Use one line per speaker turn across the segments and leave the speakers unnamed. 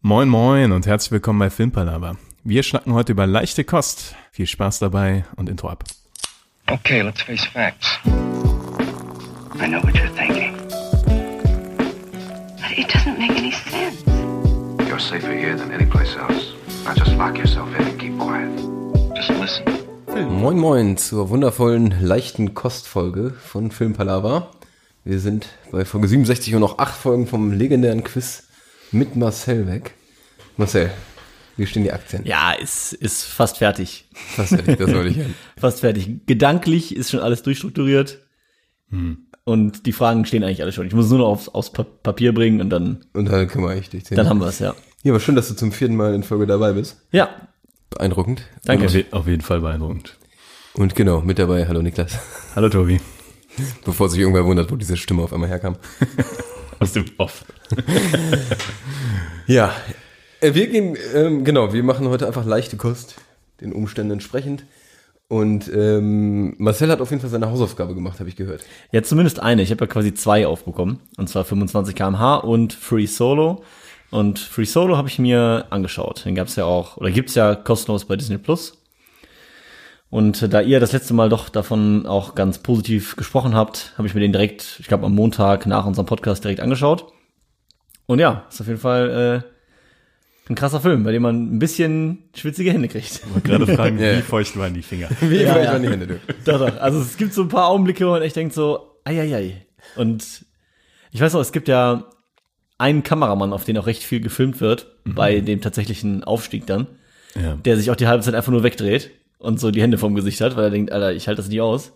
Moin moin und herzlich willkommen bei Filmpalava. Wir schnacken heute über leichte Kost. Viel Spaß dabei und Intro ab.
Okay, let's face facts. I know what you're thinking.
But it doesn't make any sense.
You're safer here than anyplace else. Now just lock yourself in and keep quiet.
Just listen.
Moin Moin zur wundervollen, leichten Kostfolge von Filmpalava. Wir sind bei Folge 67 und noch acht Folgen vom legendären Quiz mit Marcel weg. Marcel, wie stehen die Aktien?
Ja, es ist fast fertig.
Das, hätte ich, das wollte ich halt. hören.
Fast fertig. Gedanklich ist schon alles durchstrukturiert. Und die Fragen stehen eigentlich alle schon. Ich muss es nur noch aufs, aufs Pa- Papier bringen und dann,
Und dann kümmere ich dich.
dann haben wir es, ja.
ja, aber schön, dass du zum vierten Mal in Folge dabei bist.
Ja,
Beeindruckend.
danke.
Auf, je- auf jeden Fall beeindruckend.
Und genau, mit dabei, hallo Niklas.
Hallo Tobi.
Bevor sich irgendwer wundert, wo diese Stimme auf einmal herkam.
Aus dem Off.
Ja, äh, wir gehen, ähm, genau, wir machen heute einfach leichte Kost, den Umständen entsprechend. Und ähm, Marcel hat auf jeden Fall seine Hausaufgabe gemacht, habe ich gehört.
Ja, zumindest eine. Ich habe ja quasi zwei aufbekommen. Und zwar 25 km/h und Free Solo. Und Free Solo habe ich mir angeschaut. Den gab's ja auch, oder gibt's ja kostenlos bei Disney Plus. Und äh, da ihr das letzte Mal doch davon auch ganz positiv gesprochen habt, habe ich mir den direkt, ich glaube am Montag nach unserem Podcast direkt angeschaut. Und ja, ist auf jeden Fall äh, ein krasser Film, bei dem man ein bisschen schwitzige Hände kriegt.
Gerade fragen,
Ja.
wie feucht waren die Finger?
Wie
Ja,
immer, ich
ja.
war nicht Hände, du.
Doch, doch. Also es gibt so ein paar Augenblicke, wo man echt denkt so, eieiei. Und ich weiß noch, es gibt ja einen Kameramann, auf den auch recht viel gefilmt wird, bei dem tatsächlichen Aufstieg dann,
Ja.
der sich auch die halbe Zeit einfach nur wegdreht und so die Hände vom Gesicht hat, weil er denkt, Alter, ich halte das nie aus.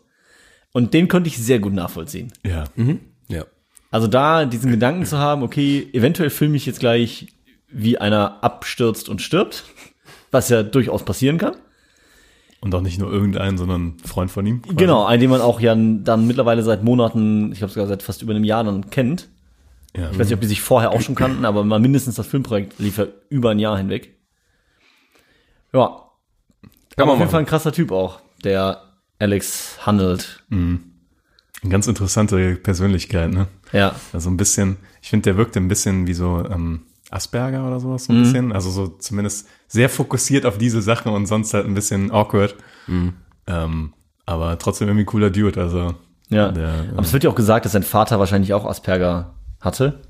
Und den konnte ich sehr gut nachvollziehen.
ja.
Mhm.
Ja.
Also da diesen Gedanken zu haben, okay, eventuell filme ich jetzt gleich, wie einer abstürzt und stirbt, was ja durchaus passieren kann.
Und auch nicht nur irgendeinen, sondern einen Freund von ihm. quasi.
Genau, einen, den man auch ja dann mittlerweile seit Monaten, ich glaube sogar seit fast über einem Jahr dann kennt.
Ja.
Ich weiß nicht, ob die sich vorher auch schon kannten, aber mal mindestens das Filmprojekt lief ja über ein Jahr hinweg. Ja,
Kann
aber
man
auf jeden Fall
machen.
ein krasser Typ auch, der Alex handelt.
Eine ganz interessante Persönlichkeit, ne?
Ja,
Also ein bisschen, ich finde, der wirkte ein bisschen wie so ähm, Asperger oder sowas, so
Mhm.
ein bisschen. Also so zumindest sehr fokussiert auf diese Sache und sonst halt ein bisschen awkward.
Mhm.
Ähm, aber trotzdem irgendwie cooler Dude. Also,
ja.
Der,
aber es wird ja auch gesagt, dass sein Vater wahrscheinlich auch Asperger hatte.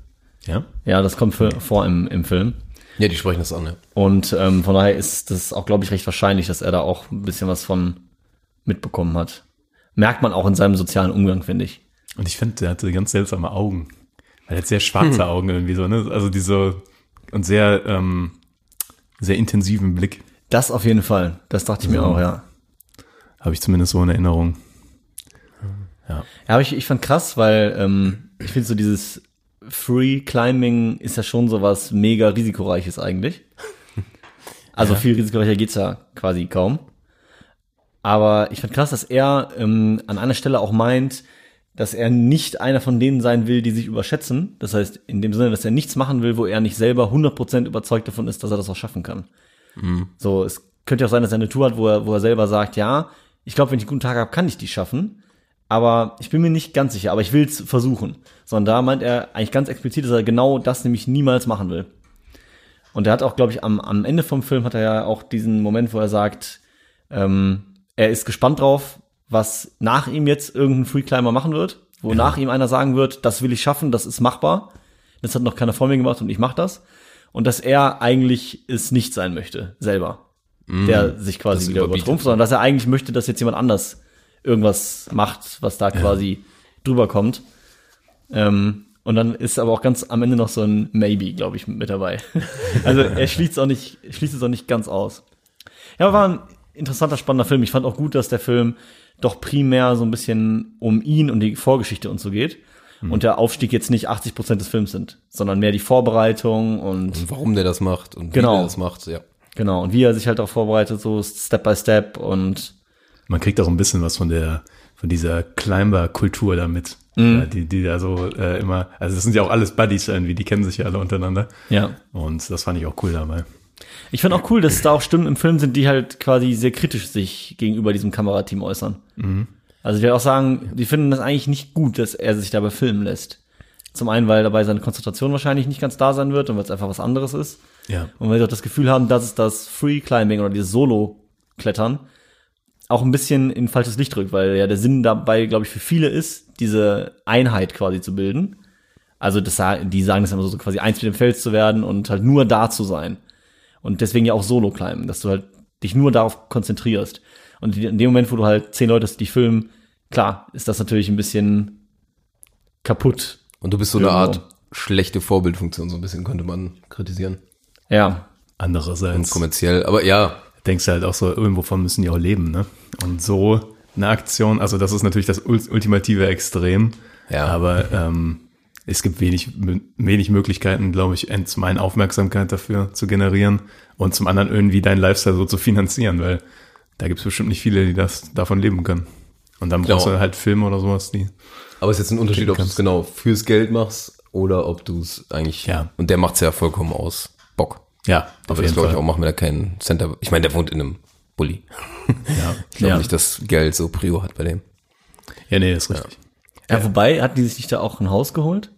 ja.
Ja, das kommt für, vor im, im Film.
Ja, die sprechen das an, ja.
Und ähm, von daher ist das auch, glaube ich, recht wahrscheinlich, dass er da auch ein bisschen was von mitbekommen hat. Merkt man auch in seinem sozialen Umgang, finde ich.
Und ich finde, der hatte ganz seltsame Augen. Er hat sehr schwarze Augen irgendwie so, ne? Also diese und sehr, ähm, sehr intensiven Blick.
Das auf jeden Fall. Das dachte ich mir auch, ja.
Habe ich zumindest so in Erinnerung.
Ja, aber ich, ich fand krass, weil ähm, ich finde so dieses Free Climbing ist ja schon so was mega risikoreiches eigentlich. Also viel risikoreicher geht's ja quasi kaum. Aber ich fand krass, dass er ähm, an einer Stelle auch meint, dass er nicht einer von denen sein will, die sich überschätzen. Das heißt, in dem Sinne, dass er nichts machen will, wo er nicht selber 100% überzeugt davon ist, dass er das auch schaffen kann. So, es könnte ja auch sein, dass er eine Tour hat, wo er, wo er selber sagt, ja, ich glaube, wenn ich einen guten Tag habe, kann ich die schaffen. Aber ich bin mir nicht ganz sicher, aber ich will es versuchen. Sondern da meint er eigentlich ganz explizit, dass er genau das nämlich niemals machen will. Und er hat auch, glaube ich, am, am Ende vom Film hat er ja auch diesen Moment, wo er sagt, ähm, er ist gespannt drauf, was nach ihm jetzt irgendein Freeclimber machen wird, wo nach ihm einer sagen wird, das will ich schaffen, das ist machbar, das hat noch keiner vor mir gemacht und ich mache das. Und dass er eigentlich es nicht sein möchte, selber, der sich quasi
Mm, das
wieder
überbietet.
übertrumpft, sondern dass er eigentlich möchte, dass jetzt jemand anders irgendwas macht, was da quasi drüber kommt. Ähm, und dann ist aber auch ganz am Ende noch so ein Maybe, glaube ich, mit dabei. Also er schließt auch nicht, schließt es auch nicht ganz aus. Ja, war ein interessanter, spannender Film. Ich fand auch gut, dass der Film doch primär so ein bisschen um ihn und die Vorgeschichte und so geht. Und der Aufstieg jetzt nicht 80 Prozent des Films sind, sondern mehr die Vorbereitung und
Und warum der das macht und
Genau.
wie der das macht, ja.
genau, und wie er sich halt auch vorbereitet, so Step by Step und
Man kriegt auch ein bisschen was von der, von dieser Climber-Kultur damit. Ja, die, die da so äh, immer, also das sind ja auch alles Buddies irgendwie, die kennen sich ja alle untereinander.
ja.
Und das fand ich auch cool dabei.
Ich fand auch cool, dass da auch Stimmen im Film sind, die halt quasi sehr kritisch sich gegenüber diesem Kamerateam Mhm. äußern. Also ich würde auch sagen, die finden das eigentlich nicht gut, dass er sich dabei filmen lässt. Zum einen, weil dabei seine Konzentration wahrscheinlich nicht ganz da sein wird und weil es einfach was anderes ist.
Ja.
Und weil sie auch das Gefühl haben, dass es das Free Climbing oder dieses Solo-Klettern auch ein bisschen in falsches Licht rückt, weil ja der Sinn dabei, glaube ich, für viele ist, diese Einheit quasi zu bilden. Also das, sa- die sagen das immer so, so quasi eins mit dem Fels zu werden und halt nur da zu sein. Und deswegen ja auch Solo-Climben, dass du halt dich nur darauf konzentrierst. Und in dem Moment, wo du halt zehn Leute hast, die filmen, klar, ist das natürlich ein bisschen kaputt.
Und du bist so eine
Genau.
Art schlechte Vorbildfunktion, so ein bisschen könnte man kritisieren.
Ja,
Und
Andererseits
kommerziell, aber ja,
denkst du halt auch so, irgendwovon müssen die auch leben, ne? Und so eine Aktion, also das ist natürlich das ul- ultimative Extrem.
Ja.
Aber ähm, es gibt wenig, wenig Möglichkeiten, glaube ich, ent- zum einen Aufmerksamkeit dafür zu generieren und zum anderen irgendwie deinen Lifestyle so zu finanzieren, weil da gibt es bestimmt nicht viele, die das davon leben können. Und dann brauchst
Genau.
du halt Filme oder sowas, die.
aber es ist jetzt ein Unterschied, ob du es
kannst.
genau fürs Geld machst oder ob du es eigentlich,
Ja.
und der macht es ja vollkommen aus Bock.
Ja,
Aber das glaube ich auch machen, wenn er keinen Center, ich meine, der wohnt in einem Bulli.
Ja.
Ich glaube
Ja.
nicht, dass Geld so Prio hat bei dem.
ja, nee, ist richtig.
Ja, wobei, hatten die sich nicht da auch ein Haus geholt?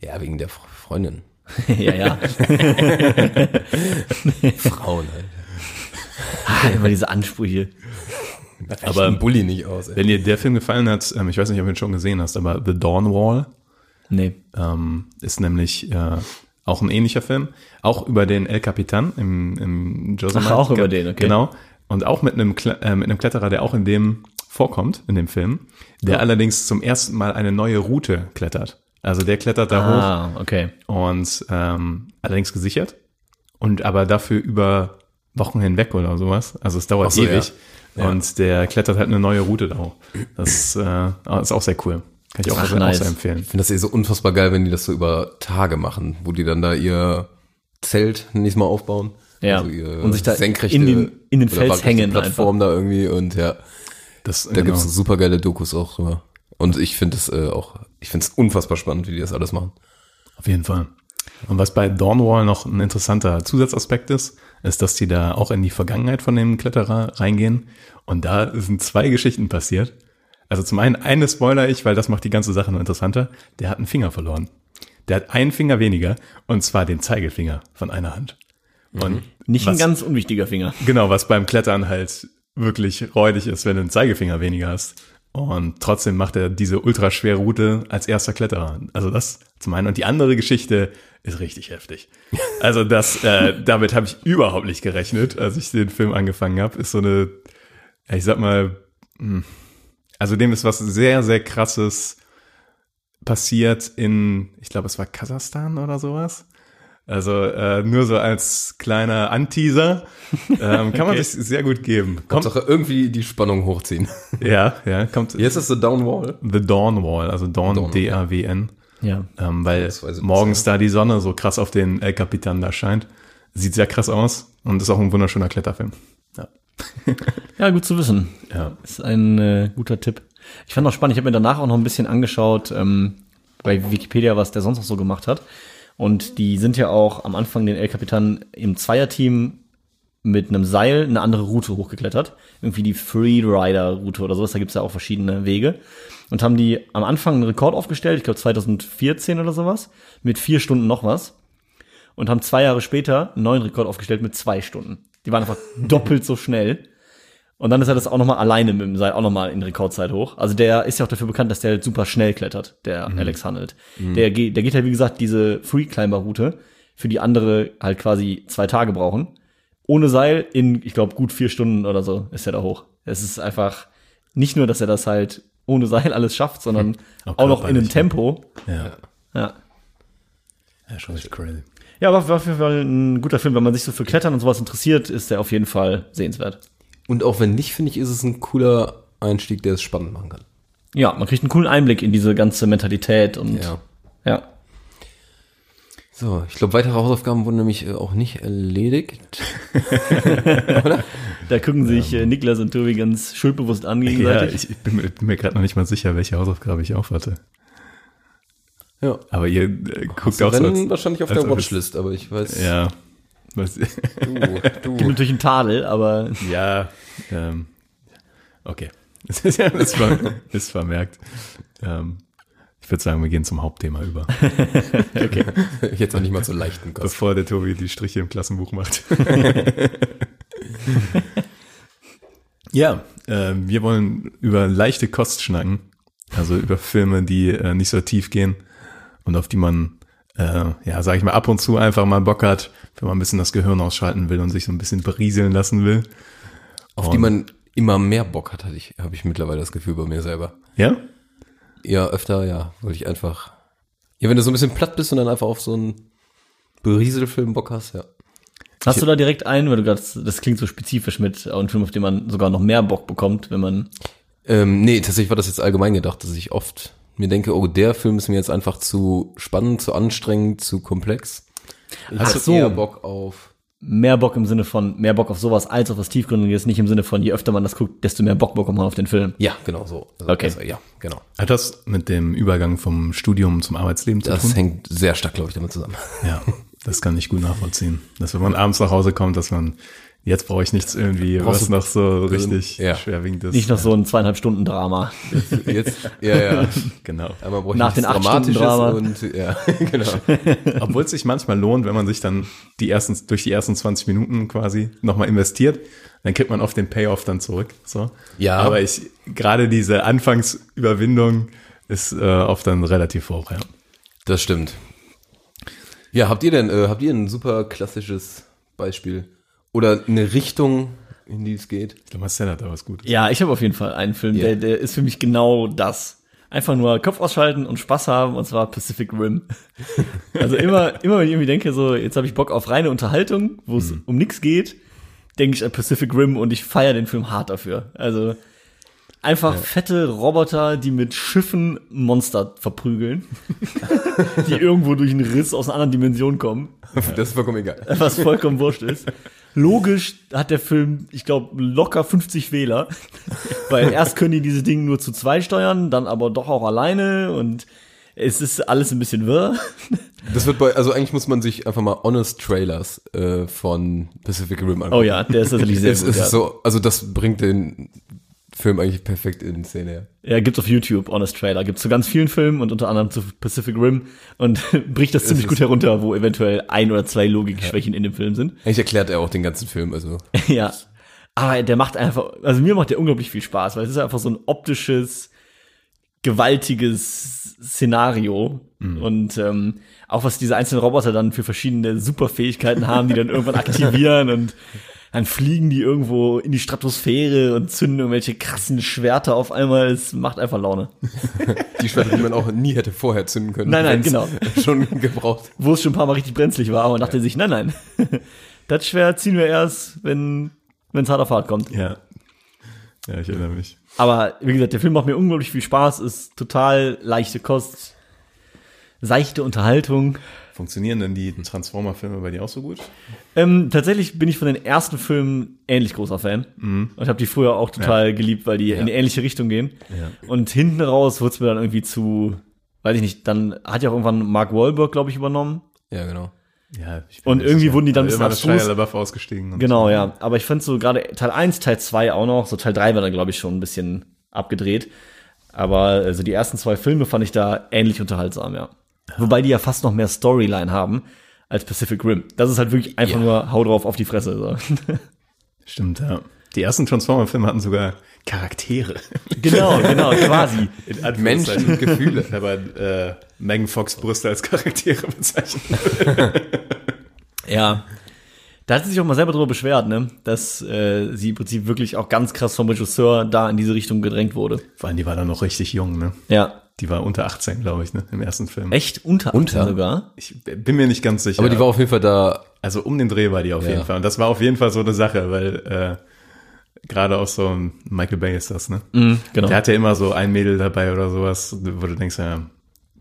Ja, wegen der Fre- Freundin.
ja, ja.
Frauen halt.
Ah, Immer diese Ansprüche.
Aber im Bulli nicht aus, ey.
Wenn dir der Film gefallen hat, ähm, ich weiß nicht, ob du ihn schon gesehen hast, aber The Dawn Wall
Nee.
ähm, ist nämlich äh, auch ein ähnlicher Film. Auch über den El Capitan im, im Josemite.
Ach, auch über den, okay.
Genau. Und auch mit einem, Kle äh, mit einem Kletterer, der auch in dem vorkommt, in dem Film, der
Oh.
allerdings zum ersten Mal eine neue Route klettert. Also der klettert da hoch
Ah, okay.
und ähm, allerdings gesichert und aber dafür über Wochen hinweg oder sowas. Also es dauert
so,
ewig. Und der klettert halt eine neue Route da hoch. Das äh, ist auch sehr cool. Kann ich auch,
Ach,
sehr- auch
nice.
sehr empfehlen.
Ich finde das eh so unfassbar geil, wenn die das so über Tage machen, wo die dann da ihr Zelt nächstes Mal aufbauen. Also
Ja.
ihr
Und sich da
senkrechte
in den- in den
oder
Fels
waagrechte
hängen
Plattform da irgendwie und ja,
Das,
Genau.
genau.
da gibt's super geile Dokus auch drüber. Und ich finde es äh, auch, ich finde es unfassbar spannend, wie die das alles machen.
Auf jeden Fall. Und was bei Dawnwall noch ein interessanter Zusatzaspekt ist, ist, dass die da auch in die Vergangenheit von dem Kletterer reingehen. Und da sind zwei Geschichten passiert. Also zum einen, eine spoiler ich, weil das macht die ganze Sache nur interessanter. Der hat einen Finger verloren. Der hat einen Finger weniger. Und zwar den Zeigefinger von einer Hand. Und
Nicht ein
was-
ganz unwichtiger Finger.
Genau, was beim Klettern halt wirklich räudig ist, wenn du einen Zeigefinger weniger hast. Und trotzdem macht er diese ultraschwere Route als erster Kletterer. Also das zum einen. Und die andere Geschichte ist richtig heftig. Also das, äh, damit habe ich überhaupt nicht gerechnet, als ich den Film angefangen habe. Ist so eine, ja, ich sag mal, hm, also dem ist was sehr, sehr krasses passiert in, ich glaube, es war Kasachstan oder sowas. Also äh, nur so als kleiner Anteaser ähm, kann man sich sehr gut geben. Kommt,
Hauptsache irgendwie die Spannung hochziehen.
ja, ja, kommt
Jetzt ist The Downwall.
The Dawn Wall, also Dawn,
Dawn,
D-A-W-N,
Ja.
ähm, weil
Das weiß ich
morgens da die Sonne so krass auf den El Capitan da scheint. Sieht sehr krass aus und ist auch ein wunderschöner Kletterfilm. Ja.
Ja, gut zu wissen.
Ja.
Ist ein äh, guter Tipp. Ich fand auch spannend, ich habe mir danach auch noch ein bisschen angeschaut ähm, bei Wikipedia, was der sonst noch so gemacht hat. Und die sind ja auch am Anfang den El Capitan im Zweierteam mit einem Seil eine andere Route hochgeklettert. Irgendwie die Freerider-Route oder sowas, da gibt's ja auch verschiedene Wege. Und haben die am Anfang einen Rekord aufgestellt, ich glaube 2014 oder sowas, mit vier Stunden noch was. Und haben zwei Jahre später einen neuen Rekord aufgestellt mit zwei Stunden. Die waren einfach doppelt so schnell. Und dann ist er das auch nochmal alleine mit dem Seil auch nochmal in Rekordzeit hoch. Also der ist ja auch dafür bekannt, dass der halt super schnell klettert, der Alex Handelt. Der, geht- der geht halt, wie gesagt, diese Free-Climber-Route, für die andere halt quasi zwei Tage brauchen. Ohne Seil in, ich glaube, gut vier Stunden oder so ist er da hoch. Es ist einfach nicht nur, dass er das halt ohne Seil alles schafft, sondern
Auch
auch noch in
körperlich,
einem
ne?
Tempo.
Ja.
Ja.
ja, schon echt crazy.
Ja, aber war auf jeden Fall ein guter Film. Wenn man sich so für Klettern und sowas interessiert, ist der auf jeden Fall sehenswert.
Und auch wenn nicht, finde ich, ist es ein cooler Einstieg, der es spannend machen kann.
Ja, man kriegt einen coolen Einblick in diese ganze Mentalität und
Ja.
ja.
So, ich glaube, weitere Hausaufgaben wurden nämlich äh, auch nicht erledigt.
Da gucken sich äh, Niklas und Tobi ganz schuldbewusst an
Ja,
gegenseitig.
ich, ich bin mir, bin mir gerade noch nicht mal sicher, welche Hausaufgabe ich auf hatte.
Ja.
Aber ihr äh, guckt auch so.
Rennen
als-
wahrscheinlich auf
als
der
ob es-
Watchlist, aber ich weiß.
Ja. Was,
Du, du.
Natürlich ein Tadel, aber
ja. Ähm, okay. das war, ist vermerkt. Ähm, Ich würde sagen, wir gehen zum Hauptthema über,
Jetzt auch nicht mal so leichten Kost.
bevor der Tobi die Striche im Klassenbuch macht. ja, äh, wir wollen über leichte Kost schnacken, also über Filme, die äh, nicht so tief gehen und auf die man, äh, ja, sag ich mal, ab und zu einfach mal Bock hat, wenn man ein bisschen das Gehirn ausschalten will und sich so ein bisschen berieseln lassen will.
Auf die man immer mehr Bock hat, hatte ich, habe ich mittlerweile das Gefühl bei mir selber.
Ja?
Ja, öfter, ja, wollte ich einfach. Ja, wenn du so ein bisschen platt bist und dann einfach auf so einen Berieselfilm Bock hast, ja.
Hast du da direkt einen, weil du gerade, das klingt so spezifisch mit äh, einem Film, auf den man sogar noch mehr Bock bekommt, wenn man,
Ähm, nee, tatsächlich war das jetzt allgemein gedacht, dass ich oft mir denke, oh, der Film ist mir jetzt einfach zu spannend, zu anstrengend, zu komplex. Ich
Ach
hab
so.
eher Bock auf.
mehr Bock im Sinne von, mehr Bock auf sowas als auf was Tiefgründiges, nicht im Sinne von, je öfter man das guckt, desto mehr Bock bekommt man auf den Film.
Ja, genau so. Also,
Okay.
Also, ja, genau.
Hat das mit dem Übergang vom Studium zum Arbeitsleben zu tun?
Das hängt sehr stark, glaube ich, damit zusammen.
Ja, das kann ich gut nachvollziehen. Dass wenn man abends nach Hause kommt, dass man, jetzt brauche ich nichts irgendwie,
Brauchst
was
du-
noch so richtig
Ja.
schwerwiegend ist.
Nicht noch so ein zweieinhalb Stunden Drama.
Jetzt, ja, ja.
Genau.
Einmal brauche ich
Nach den acht Stunden Drama.
und ja, genau.
Obwohl es sich manchmal lohnt, wenn man sich dann die ersten, durch die ersten 20 Minuten quasi nochmal investiert, dann kriegt man oft den Payoff dann zurück. So.
Ja.
Aber ich, gerade diese Anfangsüberwindung ist äh, oft dann relativ hoch, ja.
Das stimmt. Ja, habt ihr denn, äh, habt ihr ein super klassisches Beispiel oder eine Richtung, in die es geht?
Ich glaube, Marcel hat da was gut.
Ja, ich habe auf jeden Fall einen Film,
Ja.
der, der ist für mich genau das. Einfach nur Kopf ausschalten und Spaß haben, und zwar Pacific Rim. Also immer, immer wenn ich irgendwie denke, so, jetzt habe ich Bock auf reine Unterhaltung, wo es um nichts geht, denke ich an Pacific Rim und ich feiere den Film hart dafür. Also einfach fette Roboter, die mit Schiffen Monster verprügeln, die irgendwo durch einen Riss aus einer anderen Dimension kommen
Das ist vollkommen egal.
was vollkommen wurscht ist. Logisch hat der Film, ich glaube, locker 50 Wähler. Weil erst können die diese Dinge nur zu zwei steuern, dann aber doch auch alleine und es ist alles ein bisschen wirr.
Das wird bei, also eigentlich muss man sich einfach mal Honest Trailers äh, von Pacific Rim angucken.
Oh ja, der ist natürlich sehr
es,
gut.
es
Ja.
ist so, also das bringt den Film eigentlich perfekt in Szene. ja.
ja, gibt's auf YouTube, Honest Trailer. Gibt's zu ganz vielen Filmen und unter anderem zu Pacific Rim und bricht das ziemlich
ist-
gut herunter, wo eventuell ein oder zwei Logikschwächen in dem Film sind.
Eigentlich erklärt er auch den ganzen Film, also
Ja. Aber der macht einfach, also mir macht der unglaublich viel Spaß, weil es ist einfach so ein optisches, gewaltiges Szenario. Und ähm, auch was diese einzelnen Roboter dann für verschiedene Superfähigkeiten haben, die dann irgendwann aktivieren und dann fliegen die irgendwo in die Stratosphäre und zünden irgendwelche krassen Schwerter auf einmal. Es macht einfach Laune.
die Schwerter, die man auch nie hätte vorher zünden können.
Nein, nein,
wenn's Schon gebraucht.
Wo es schon ein paar Mal richtig brenzlig war, aber man dachte sich, nein, nein, das Schwert ziehen wir erst, wenn es hart auf hart kommt.
Ja. Ja, ich erinnere mich.
Aber wie gesagt, der Film macht mir unglaublich viel Spaß, ist total leichte Kost, seichte Unterhaltung.
Funktionieren denn die Transformer-Filme bei dir auch so gut?
Ähm, tatsächlich bin ich von den ersten Filmen ähnlich großer Fan und habe die früher auch total geliebt, weil die in eine ähnliche Richtung gehen. Und hinten raus wurde es mir dann irgendwie zu, weiß ich nicht, dann hat ja auch irgendwann Mark Wahlberg, glaube ich, übernommen.
Ja, genau.
Ja. Ich
Und irgendwie wurden die dann ein bisschen
ein bisschen
abstrus.
abstrus. LaBeouf ausgestiegen. Und
Genau, ja. Aber ich fand so gerade Teil 1, Teil 2 auch noch. So Teil 3 war dann, glaube ich, schon ein bisschen abgedreht. Aber also die ersten zwei Filme fand ich da ähnlich unterhaltsam, ja. Wobei die ja fast noch mehr Storyline haben als Pacific Rim. Das ist halt wirklich einfach
Ja.
nur hau drauf auf die Fresse. So.
Stimmt, ja. Die ersten Transformer-Filme hatten sogar Charaktere.
genau, genau, quasi.
In
Menschen
Anführungszeichen.
und Gefühle.
Aber äh, Megan Fox Brüste als Charaktere bezeichnet.
Ja. Da hat sie sich auch mal selber drüber beschwert, ne? Dass äh, sie im Prinzip wirklich auch ganz krass vom Regisseur da in diese Richtung gedrängt wurde.
Vor allem, die war dann noch richtig jung, ne?
Ja.
Die war unter 18, glaube ich, ne? Im ersten Film.
Echt unter, 18
Unter?
sogar.
Ich bin mir nicht ganz sicher.
Aber die war auf jeden Fall da
also um den Dreh war die auf
Ja.
jeden Fall. Und das war auf jeden Fall so eine Sache, weil äh, gerade auch so ein Michael Bay ist das, ne?
Genau.
Der hat ja immer so ein Mädel dabei oder sowas, wo du denkst, ja,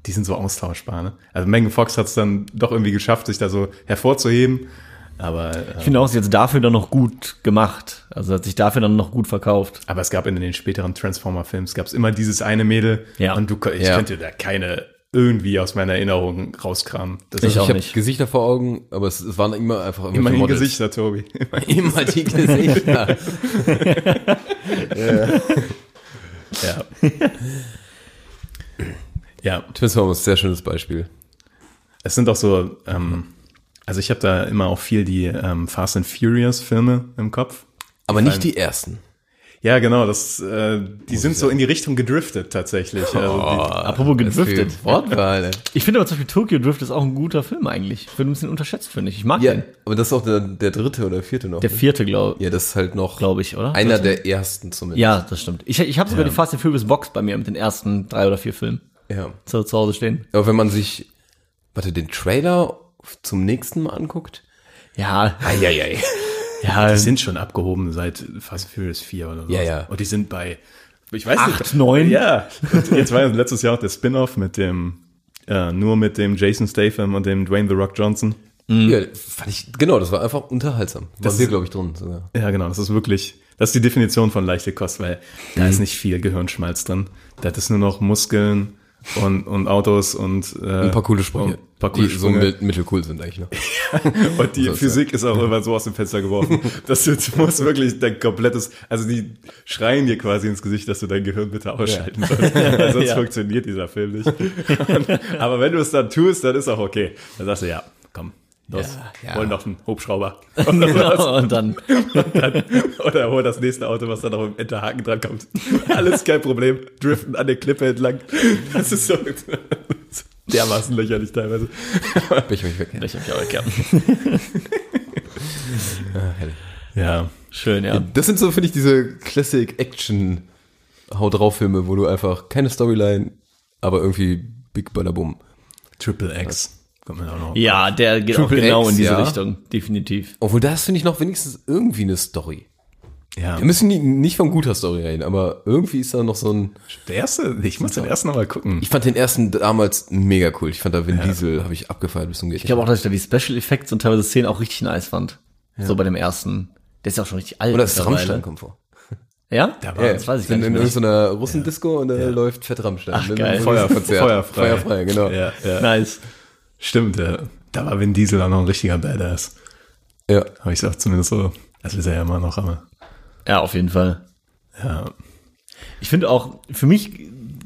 die sind so austauschbar, ne? Also Megan Fox hat es dann doch irgendwie geschafft, sich da so hervorzuheben. Aber äh,
Ich finde auch, sie hat es dafür dann noch gut gemacht. Also hat sich dafür dann noch gut verkauft.
Aber es gab in den späteren Transformer-Films gab es immer dieses eine Mädel
Ja.
und du, ko- ich
Ja.
könnte da keine irgendwie aus meiner Erinnerung rauskramen. Das
Ich
ist
auch
Also Ich habe
nicht.
Gesichter vor Augen, aber es, es waren immer einfach irgendwelche
immerhin
Models.
Gesichter, Tobi.
Immer die Gesichter.
ja. Ja,
Transformers, sehr schönes Beispiel.
es sind auch so, ähm, also ich habe da immer auch viel die ähm, Fast and Furious Filme im Kopf.
Aber nicht die ersten.
Ja, genau, das, äh, die sind so in die Richtung gedriftet tatsächlich. Also
Apropos gedriftet.
Wortwahl.
Ich finde aber zum Beispiel Tokyo Drift ist auch ein guter Film eigentlich. Wird ein bisschen unterschätzt, finde ich. Ich mag
Ja,
den.
aber das ist auch der, der dritte oder vierte noch.
Der
ne?
vierte, glaube
ja, das ist halt noch
glaub ich, oder?
einer der ersten zumindest.
Ja, das stimmt. Ich, ich habe sogar die Fast and Furious Box bei mir mit den ersten drei oder vier Filmen
ja.
zu, zu Hause stehen.
Aber wenn man sich, warte, den Trailer zum nächsten Mal anguckt.
Ja,
Eieiei.
ja.
die sind schon abgehoben seit Fast and Furious 4 oder so.
Ja, ja.
Und die sind bei, ich weiß
Acht, neun?
Ja, und jetzt war ja letztes Jahr auch der Spin-Off mit dem, äh, nur mit dem Jason Statham und dem Dwayne The Rock Johnson.
Ja, fand ich, genau, das war einfach unterhaltsam. Das
ist-
wir, glaube ich, drin sogar.
Ja, genau, das ist wirklich, das ist die Definition von leichte Kost, weil da
Mhm.
ist nicht viel Gehirnschmalz drin. Da ist nur noch Muskeln und, und Autos und, äh,
Ein paar coole Sprünge.
Ein paar coole
die so
Sprünge.
mittel- mittelcool sind eigentlich noch.
Und die
So ist
Physik ist auch immer so aus dem Fenster geworfen. Das ist- muss wirklich dein komplettes, also die schreien dir quasi ins Gesicht, dass du dein Gehirn bitte ausschalten sollst. Weil sonst
Ja.
funktioniert dieser Film nicht. Und, aber wenn du es dann tust, dann ist auch okay. Dann sagst du, ja, komm, los,
Ja, ja.
hol noch einen Hubschrauber.
genau, und dann.
Oder hol das nächste Auto, was da noch im Enterhaken dran kommt. Alles kein Problem. Driften an der Klippe entlang. Das ist so dermaßen lächerlich teilweise.
Bin ich mich weg.
Ich hab ja auch gehabt.
Ja.
Schön, ja.
Das sind so, finde ich, diese Classic-Action- Hau drauf Filme, wo du einfach keine Storyline, aber irgendwie Big Bada Boom.
Triple X. Kommt mir auch noch.
Ja, der geht auch
Triple
genau
X,
in diese
ja.
Richtung, definitiv.
Obwohl das finde ich noch wenigstens irgendwie eine Story.
Ja.
Wir müssen nie- nicht von guter Story reden, aber irgendwie ist da noch so ein.
Der erste, ich muss den ersten nochmal gucken.
Ich fand den ersten damals mega cool. Ich fand da Vin Diesel habe ich abgefeiert bis zum Geht.
Ich glaube auch, dass ich da die Special Effects und teilweise Szenen auch richtig nice fand. So bei dem ersten. Der ist ja auch schon richtig alt.
Oder das
mittlerweile.
Rammstein kommt vor.
Ja?
war-
das weiß ich
sind
gar nicht
in
mehr.
irgendeiner Russendisco und da läuft Fett Rammstein. Ach,
geil.
Feuerkonzert.
Feuerfrei.
Feuerfrei, genau. Ja.
Ja, ja.
Nice.
Stimmt, ja. da war Vin Diesel auch noch ein richtiger Badass.
ja.
Habe ich auch zumindest so. Das ist er ja immer noch, aber.
Ja, auf jeden Fall.
Ja,
Ich finde auch, für mich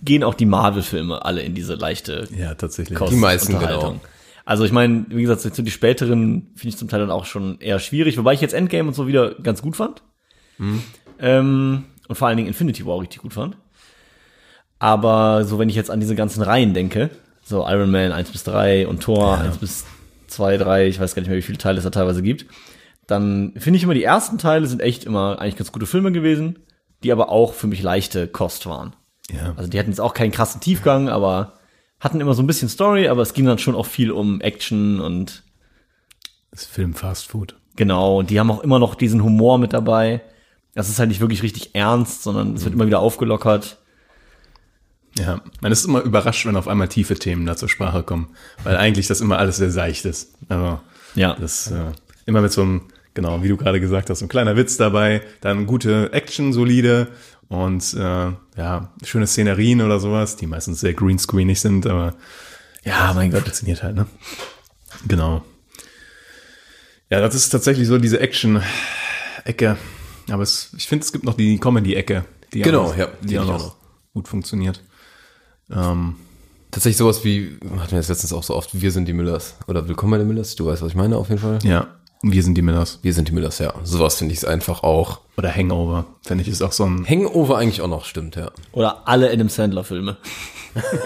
gehen auch die Marvel-Filme alle in diese leichte
ja tatsächlich.
Kost.
Die meisten,
Unterhaltung.
genau.
Also ich meine, wie gesagt, so die späteren finde ich zum Teil dann auch schon eher schwierig, wobei ich jetzt Endgame und so wieder ganz gut fand.
Mhm.
Ähm, und vor allen Dingen Infinity War richtig gut fand. Aber so, wenn ich jetzt an diese ganzen Reihen denke, so Iron Man 1 bis 3 und Thor 1 bis 2, 3, ich weiß gar nicht mehr, wie viele Teile es da teilweise gibt, dann finde ich immer, die ersten Teile sind echt immer eigentlich ganz gute Filme gewesen, die aber auch für mich leichte Kost waren.
Ja.
Also die hatten jetzt auch keinen krassen Tiefgang, aber hatten immer so ein bisschen Story, aber es ging dann schon auch viel um Action und
Das Film Fast Food.
genau, und die haben auch immer noch diesen Humor mit dabei. Das ist halt nicht wirklich richtig ernst, sondern
Mhm.
es wird immer wieder aufgelockert.
Ja, man ist immer überrascht, wenn auf einmal tiefe Themen da zur Sprache kommen, weil eigentlich das immer alles sehr seicht ist. Also,
Ja.
das äh, immer mit so einem, genau, wie du gerade gesagt hast, so ein kleiner Witz dabei, dann gute Action, solide und äh, ja, schöne Szenerien oder sowas, die meistens sehr greenscreenig sind, aber ja, mein Gott, funktioniert halt, ne? Genau. Ja, das ist tatsächlich so diese Action-Ecke. Aber es, ich finde, es gibt noch die Comedy-Ecke, die
Genau,
auch,
ja,
die
die
auch
ich auch
noch gut funktioniert. Ähm,
Tatsächlich sowas wie, hatten wir jetzt letztens auch so oft, wir sind die Müllers. Oder willkommen bei den Müllers, du weißt, was ich meine auf jeden Fall.
ja, und wir sind die Millers.
Wir sind die Müllers, ja. Sowas finde ich es einfach auch.
Oder Hangover, finde ich, ist auch so ein.
Hangover eigentlich auch noch, stimmt, ja.
Oder alle Adam Sandler-Filme.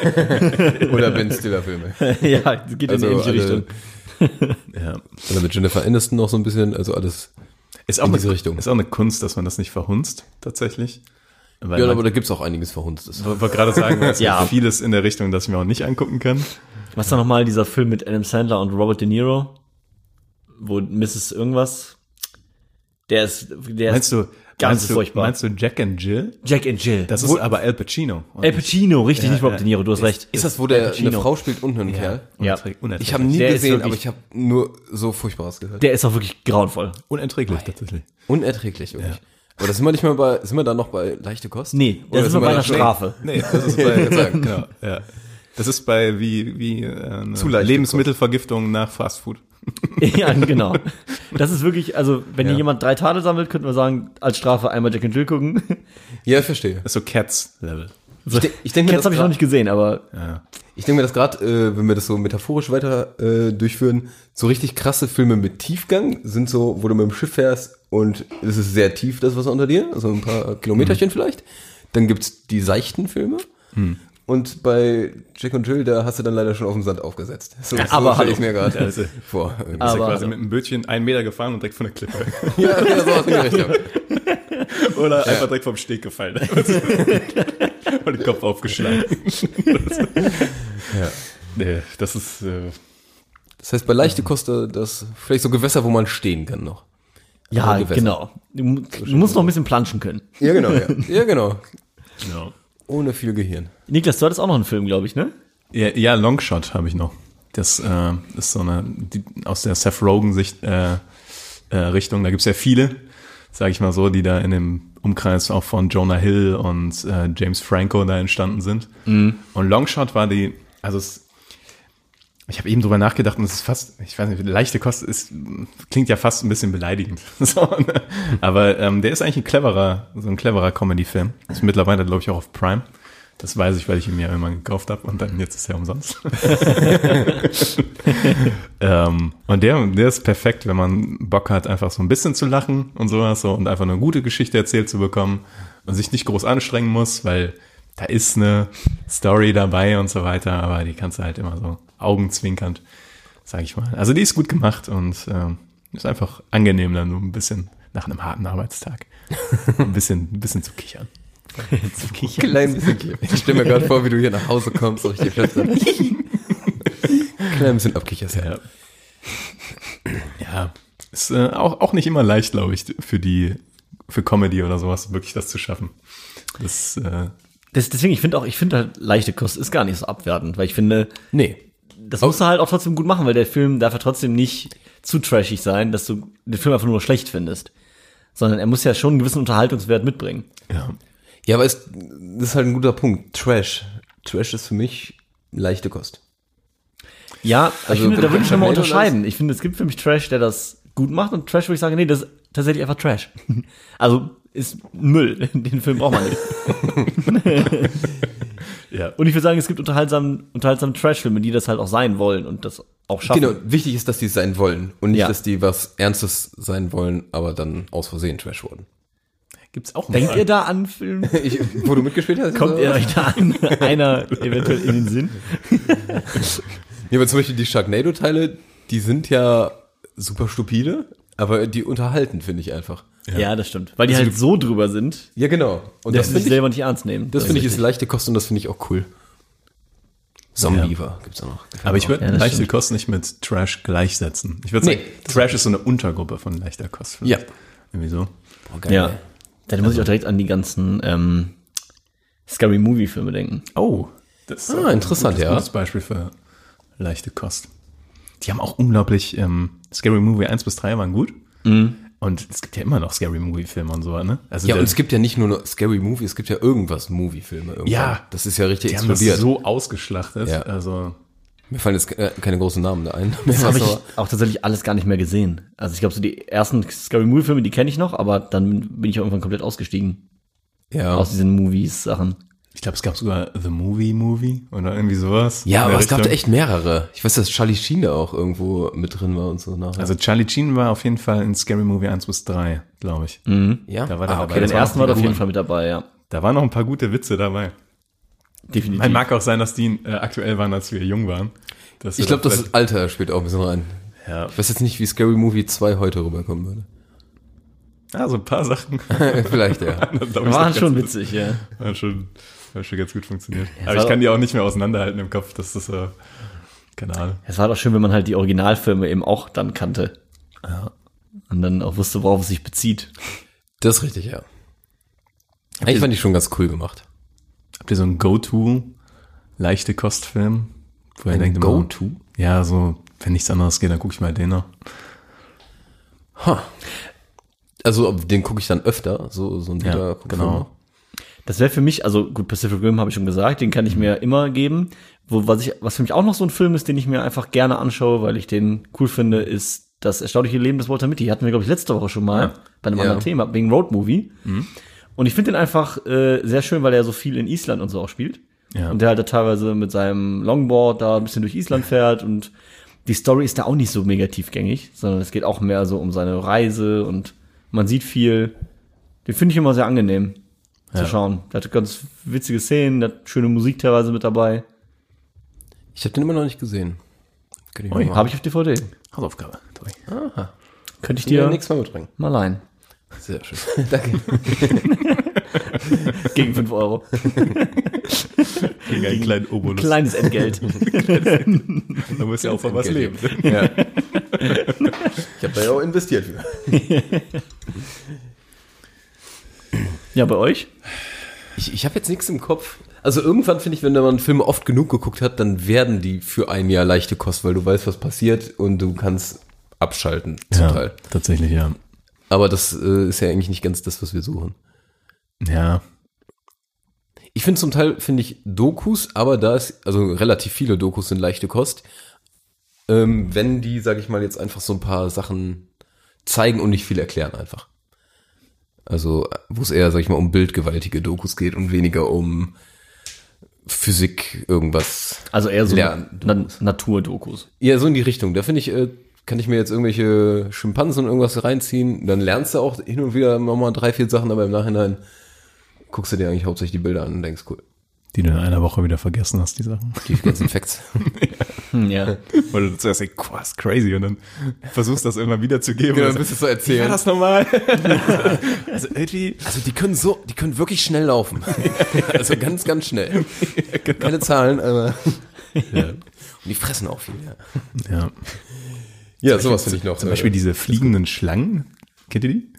Oder Ben Stiller Filme. Also
ja, es geht
Also
in die ähnliche
alle-
Richtung.
Ja.
Oder mit Jennifer Aniston noch so ein bisschen, also alles.
Ist, auch
In
eine,
diese Richtung.
ist auch eine Kunst, dass man das nicht verhunzt, tatsächlich. Weil
Ja,
ja,
aber
man,
da gibt's auch einiges Verhunstes.
ich wollte gerade sagen, es
Ja.
gibt vieles in der Richtung, das ich mir auch nicht angucken kann.
Was war nochmal dieser Film mit Adam Sandler und Robert De Niro? Wo Mrs. irgendwas? Der ist, der
Meinst
ist
du,
ganz
meinst du,
furchtbar.
meinst du Jack and Jill?
Jack and Jill.
Das ist aber Al Pacino. Und
Al Pacino, richtig, nicht Robert De Niro, du hast recht.
Ist das, wo der
Pacino.
eine Frau spielt und einen Kerl?
Ja.
unerträglich- unerträglich.
Ich habe nie
Der ist
gesehen,
wirklich-
aber ich habe nur so Furchtbares gehört.
Der ist auch wirklich grauenvoll.
unerträglich tatsächlich.
Unerträglich, wirklich. Aber das sind wir nicht mal bei, sind wir da noch bei leichte Kost?
Nee, da
Oder
sind wir bei
da
einer
schon-
Strafe.
Nee, das ist
Ja, ich
bei,
kann sagen.
genau, ja. Das ist bei wie, wie äh, eine
leicht
Lebensmittelvergiftung nach Fastfood.
Ja, genau. Das ist wirklich, also wenn hier jemand drei Tale sammelt, könnten wir sagen, als Strafe einmal Jack and Jill gucken.
Ja, ich verstehe.
Das ist so Cats-Level.
So,
de- ich denk mir,
Cats
das
habe ich noch
grad-
nicht gesehen, aber
Ich denke mir, dass gerade, äh, wenn wir das so metaphorisch weiter äh, durchführen, so richtig krasse Filme mit Tiefgang sind so, wo du mit dem Schiff fährst und es ist sehr tief, das Wasser unter dir, also ein paar
Mhm.
Kilometerchen vielleicht. Dann gibt's die seichten Filme. Und bei Jack und Jill, da hast du dann leider schon auf dem Sand aufgesetzt. So,
aber
stell ich
hallo.
mir gerade
Also-
vor.
Ist ja
Aber-
quasi mit einem Bötchen einen Meter gefahren und direkt von der Klippe.
Ja, ja, sowas in die Richtung.
Oder einfach direkt vom Steg gefallen. und den Kopf aufgeschlagen. Nee, das ist, äh,
Das heißt, bei leichte Koste, das vielleicht so Gewässer, wo man stehen kann noch.
ja,
Aber Gewässer.
genau. Du, mu- du musst noch ein bisschen planschen können.
Ja, genau, ja. Ja, genau.
genau.
Ohne viel Gehirn.
Niklas, du hattest auch noch einen Film, glaube ich, ne?
Ja, ja Longshot habe ich noch. Das äh, ist so eine, die, aus der Seth Rogen-Sicht, äh, äh, Richtung, da gibt's ja viele, sage ich mal so, die da in dem Umkreis auch von Jonah Hill und äh, James Franco da entstanden sind. Und Longshot war die, also es, ich habe eben drüber nachgedacht und es ist fast, ich weiß nicht, leichte Kost ist, klingt ja fast ein bisschen beleidigend. so, ne? Aber ähm, der ist eigentlich ein cleverer, so ein cleverer Comedy-Film. Ist mittlerweile, glaube ich, auch auf Prime. Das weiß ich, weil ich ihn mir immer gekauft habe und dann jetzt ist er umsonst. ähm, und der, der ist perfekt, wenn man Bock hat, einfach so ein bisschen zu lachen und sowas so und einfach eine gute Geschichte erzählt zu bekommen und sich nicht groß anstrengen muss, weil da ist eine Story dabei und so weiter, aber die kannst du halt immer so augenzwinkernd, sag ich mal. Also die ist gut gemacht und ähm, ist einfach angenehm, dann so ein bisschen nach einem harten Arbeitstag ein bisschen, ein bisschen zu kichern.
Klein bisschen kichern. Ich stelle mir gerade vor, wie du hier nach Hause kommst und richtig flüstern. Klein bisschen abkicherst, ja.
Ja. ja. Ist äh, auch, auch nicht immer leicht, glaube ich, für die, für Comedy oder sowas, wirklich das zu schaffen. Das, äh,
Das, deswegen, ich finde auch, ich finde halt, leichte Kost ist gar nicht so abwertend, weil ich finde,
Nee.
das musst du halt auch trotzdem gut machen, weil der Film darf ja trotzdem nicht zu trashig sein, dass du den Film einfach nur schlecht findest. Sondern er muss ja schon einen gewissen Unterhaltungswert mitbringen.
ja.
Ja, aber es, das ist halt ein guter Punkt. Trash. Trash ist für mich leichte Kost.
Ja, aber
Also,
ich finde, da würde ich nochmal
Benjamin
unterscheiden. Ich finde, es gibt für mich Trash, der das gut macht und Trash, wo ich sage, nee, das ist tatsächlich einfach Trash. Also ist Müll. Den Film braucht man nicht.
Ja.
Und ich würde sagen, es gibt unterhaltsame, unterhaltsame Trash-Filme, die das halt auch sein wollen und das auch schaffen.
Genau, wichtig ist, dass die es sein wollen und nicht,
Ja.
dass die was Ernstes sein wollen, aber dann aus Versehen Trash wurden.
Gibt's auch
Denkt ihr da an Filme?
Ich, wo du mitgespielt hast?
Kommt
so?
ihr euch da an einer eventuell in den Sinn?
Ja, aber zum Beispiel die Sharknado-Teile, die sind ja super stupide, aber die unterhalten, finde ich einfach.
Ja. das stimmt. Weil die halt so drüber sind,
Ja, genau. Und das, Also
dass sie sich
finde ich,
selber nicht ernst nehmen.
das finde ich ist
richtig.
leichte Kost und das finde ich auch cool. Zombie war, gibt's auch noch.
Aber ich würde
Ja, das
leichte
stimmt.
Kost nicht mit Trash gleichsetzen. Ich würde sagen,
Nee.
Trash ist so eine Untergruppe von leichter Kost.
Ja.
Irgendwie so.
Boah, geil.
Ja. Dann muss ich auch direkt an die ganzen ähm, Scary Movie-Filme denken.
Oh, das ist
Ah,
auch ein
interessant,
gutes,
ja.
gutes Beispiel für leichte Kost. Die haben auch unglaublich, ähm, Scary Movie 1 bis 3 waren gut. Und es gibt ja immer noch Scary Movie Filme und so, ne? Also
Mhm. Ja,
der-
und es gibt ja nicht nur noch Scary Movie, es gibt ja irgendwas Movie-Filme. irgendwann.
Ja.
Das ist ja richtig
die haben das
explodiert.
so ausgeschlachtet.
Ja.
Also,
Mir fallen jetzt äh, keine großen Namen da ein.
Das habe ich auch tatsächlich alles gar nicht mehr gesehen. Also ich glaube, so die ersten Scary Movie-Filme, die kenne ich noch, aber dann bin ich auch irgendwann komplett ausgestiegen
ja.
aus diesen Movies-Sachen.
ich glaube, es gab sogar The Movie Movie oder irgendwie sowas.
ja,
In
aber
der
es gab da
Richtung.
echt mehrere. Ich weiß, dass Charlie Sheen da auch irgendwo mit drin war und so nachher.
Also Charlie Sheen war auf jeden Fall in Scary Movie 1 bis 3, glaube ich.
ja?
da war der
ah,
dabei. Das
okay,
Den
dann
war
ersten
noch
war da auf
die
jeden
guten.
Fall mit dabei, ja.
Da waren noch ein paar gute Witze dabei.
Definitiv.
Man mag auch sein, dass die äh, aktuell waren, als wir jung waren. Dass wir
ich glaube,
da
das Alter spielt auch ein bisschen rein.
vielleicht- ja.
Ich weiß jetzt nicht, wie Scary Movie 2 heute rüberkommen würde.
Ah, so ein paar Sachen.
Vielleicht, ja.
Das, glaub ich,
waren
das
schon
ganz-
witzig, ja.
Waren schon, haben schon ganz gut funktioniert.
war
Aber ich
doch-
kann die auch nicht mehr auseinanderhalten im Kopf. Das ist, äh, keine Ahnung.
Es war doch schön, wenn man halt die Originalfilme eben auch dann kannte. Und dann auch wusste, worauf es sich bezieht.
Das ist richtig, ja. Eigentlich fand ich schon ganz cool gemacht.
Habt ihr so einen Go-To leichte Kostfilm? Wo ihr
Ein
denkt,
Go-To?
Ja, so, wenn nichts anderes geht, dann gucke ich mal den noch.
Also den gucke ich dann öfter, so, so ein
Ja,
guter
genau.
Das wäre für mich, also gut, Pacific Rim habe ich schon gesagt, den kann ich mir immer geben. Wo, was, ich, was für mich auch noch so ein Film ist, den ich mir einfach gerne anschaue, weil ich den cool finde, ist das erstaunliche Leben des Walter Mitty. Hatten wir, glaube ich, letzte Woche schon mal bei einem
Ja.
anderen Thema, wegen Road Movie. Und ich finde den einfach äh, sehr schön, weil er so viel in Island und so auch spielt.
Ja.
Und der halt da teilweise mit seinem Longboard da ein bisschen durch Island fährt und die Story ist da auch nicht so mega tiefgängig, sondern es geht auch mehr so um seine Reise und man sieht viel. Den finde ich immer sehr angenehm zu schauen. Der hat ganz witzige Szenen, der hat schöne Musik teilweise mit dabei.
Ich habe den immer noch nicht gesehen. Oh Könnte ich
Ui,
mir mal,
Habe ich auf DVD.
Hausaufgabe. Tobi.
Könnte ich
dir ja.
dir
nichts mehr mitbringen.
mal leihen.
Sehr schön. Danke.
Gegen 5 Euro.
Gegen einen kleinen Obolus.
Kleines Entgelt.
Da muss ja auch von was leben.
Entgelt. Ja. Ich habe da ja auch investiert für.
ja, bei euch?
Ich, ich habe jetzt nichts im Kopf. Also irgendwann finde ich, wenn man Filme oft genug geguckt hat, dann werden die für ein Jahr leichte Kost, weil du weißt, was passiert und du kannst abschalten zum
Ja,
Teil.
tatsächlich, ja.
Aber das äh, ist ja eigentlich nicht ganz das, was wir suchen.
Ja,
Ich finde zum Teil, finde ich, Dokus, aber da ist, also relativ viele Dokus sind leichte Kost. Ähm, wenn die, sage ich mal, jetzt einfach so ein paar Sachen zeigen und nicht viel erklären einfach. Also, wo es eher, sag ich mal, um bildgewaltige Dokus geht und weniger um Physik, irgendwas.
Also eher so
Lernen.
Na Naturdokus.
Ja, so in die Richtung. Da finde ich, äh, kann ich mir jetzt irgendwelche Schimpansen und irgendwas reinziehen. Dann lernst du auch hin und wieder nochmal drei, vier Sachen, aber im Nachhinein guckst du dir eigentlich hauptsächlich die Bilder an und denkst, cool,
die du in einer Woche wieder vergessen hast, die Sachen.
die ganzen Facts.
Hm, ja.
Weil du zuerst denkst, "Boah, ist crazy und dann versuchst das irgendwann wiederzugeben.
Ja,
und
dann bist Genau, du so
Also, wie war
erzählen.
das nochmal? also irgendwie,
Also die können so, die können wirklich schnell laufen. Also ganz, ganz schnell. Keine Zahlen, aber. Und die fressen auch viel, ja.
ja.
Ja, sowas finde ich noch. äh,
Zum Beispiel diese fliegenden Schlangen. Kennt ihr die?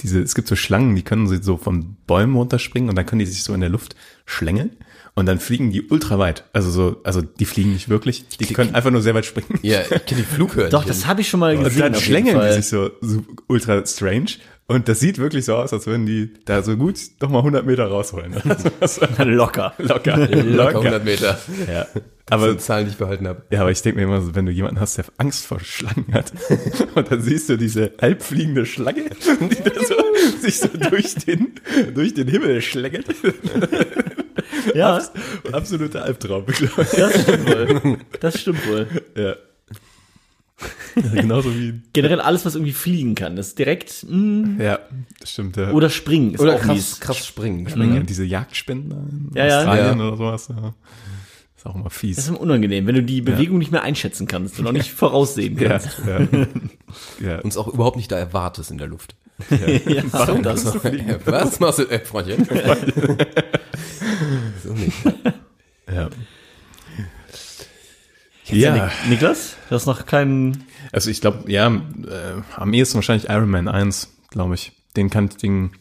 Diese, es gibt so Schlangen, die können sie so von Bäumen runterspringen und dann können die sich so in der Luft schlängeln und dann fliegen die ultra weit. Also so, also die fliegen nicht wirklich, die können einfach nur sehr weit springen.
Ja, ich kenne die Flughörnchen.
Doch, das habe ich schon mal
Und
gesehen.
dann
auf jeden
schlängeln die
Fall.
sich so, so ultra strange. Und das sieht wirklich so aus, als würden die da so gut doch mal 100 Meter rausholen. Also
Locker.
locker,
locker 100 Meter.
Ja.
Aber
Aber,
die Zahlen, die ich behalten habe.
ja, aber ich denke mir immer so, wenn du jemanden hast, der Angst vor Schlangen hat, und dann siehst du diese halbfliegende Schlange, die da so, sich so durch den, durch den Himmel schlängelt.
Ja,
Absoluter Albtraum, glaube ich.
das stimmt wohl. Das stimmt wohl.
Ja. Genauso wie,
Generell alles, was irgendwie fliegen kann, ist direkt mh,
ja, das stimmt, ja.
oder springen ist
Oder
auch
krass,
mies.
krass springen.
Ja, diese Jagdspenden in
Mhm. Ja, ja.
Australien
Ja.
oder sowas. Ja. Ist auch immer fies.
Das ist immer unangenehm, wenn du die Bewegung nicht mehr einschätzen kannst und auch nicht voraussehen
Ja,
kannst.
ja. ja.
Uns auch überhaupt nicht da erwartest in der Luft.
Ja,
Warum
das?
das?
Äh, Was machst du, äh, Freundchen? so nicht.
Ja.
Ja. Nik- Niklas, du hast noch keinen.
Also ich glaube, ja, äh, am ehesten wahrscheinlich Iron Man 1, glaube ich. Den kann ich, den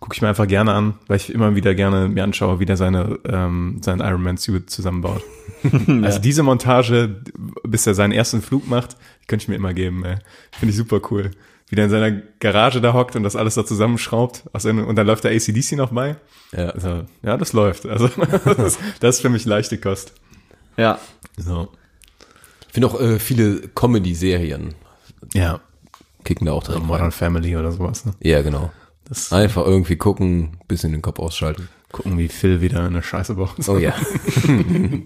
gucke ich mir einfach gerne an, weil ich immer wieder gerne mir anschaue, wie der seine, ähm, seinen Iron Man Suit zusammenbaut. Also diese Montage, bis er seinen ersten Flug macht, könnte ich mir immer geben. ey. Finde ich super cool. Wie der in seiner Garage da hockt und das alles da zusammenschraubt. Aus seinem- Und dann läuft der ACDC noch bei.
Ja.
Also, ja, das läuft. Also das, das ist für mich leichte Kost.
Ja.
So.
Ich finde auch äh, viele Comedy-Serien
Ja.
kicken da auch direkt
Modern
rein.
Family oder sowas. Ne?
Ja, genau.
Das-
Einfach irgendwie gucken, bisschen den Kopf ausschalten.
Gucken, wie Phil wieder eine Scheiße baut.
Oh ja.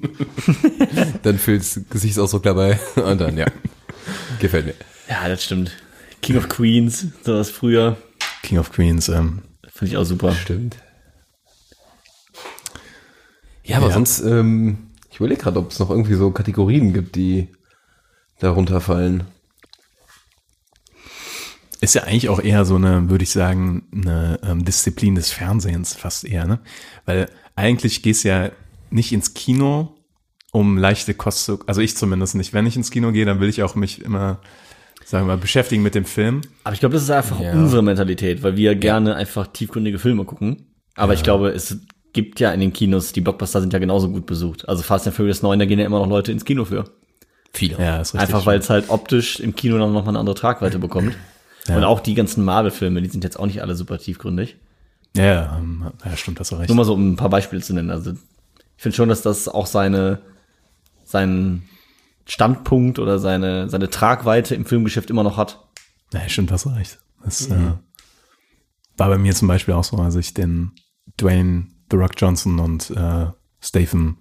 dann Phils Gesichtsausdruck dabei und dann, ja. Gefällt mir.
Ja, das stimmt. King of Queens, sowas früher.
King of Queens. Ähm,
Finde ich auch super.
Stimmt. Ja, aber sonst, ähm, ich überlege gerade, ob es noch irgendwie so Kategorien gibt, die darunter fallen.
ist ja eigentlich auch eher so eine, würde ich sagen, eine ähm, Disziplin des Fernsehens fast eher, ne? Weil eigentlich gehst ja nicht ins Kino, um leichte Kost zu, also ich zumindest nicht. Wenn ich ins Kino gehe, dann will ich auch mich immer, sagen wir mal, beschäftigen mit dem Film.
Aber ich glaube, das ist einfach
Ja.
unsere Mentalität, weil wir gerne einfach tiefgründige Filme gucken. Aber ich glaube, es gibt ja in den Kinos, die Blockbuster sind ja genauso gut besucht. Also Fast and Furious 9, da gehen ja immer noch Leute ins Kino für.
Viele.
Ja, ist richtig.
Einfach weil es halt optisch im Kino dann nochmal eine andere Tragweite bekommt. Und auch die ganzen Marvel-Filme, die sind jetzt auch nicht alle super tiefgründig.
Ja, ja, ähm, ja, stimmt, hast du recht.
Nur mal so, um ein paar Beispiele zu nennen. Also ich finde schon, dass das auch seine, seinen Standpunkt oder seine, seine Tragweite im Filmgeschäft immer noch hat.
Mhm.
Ja, stimmt, hast du recht. Das, äh, War bei mir zum Beispiel auch so, als ich den Dwayne The Rock Johnson und äh, Stephen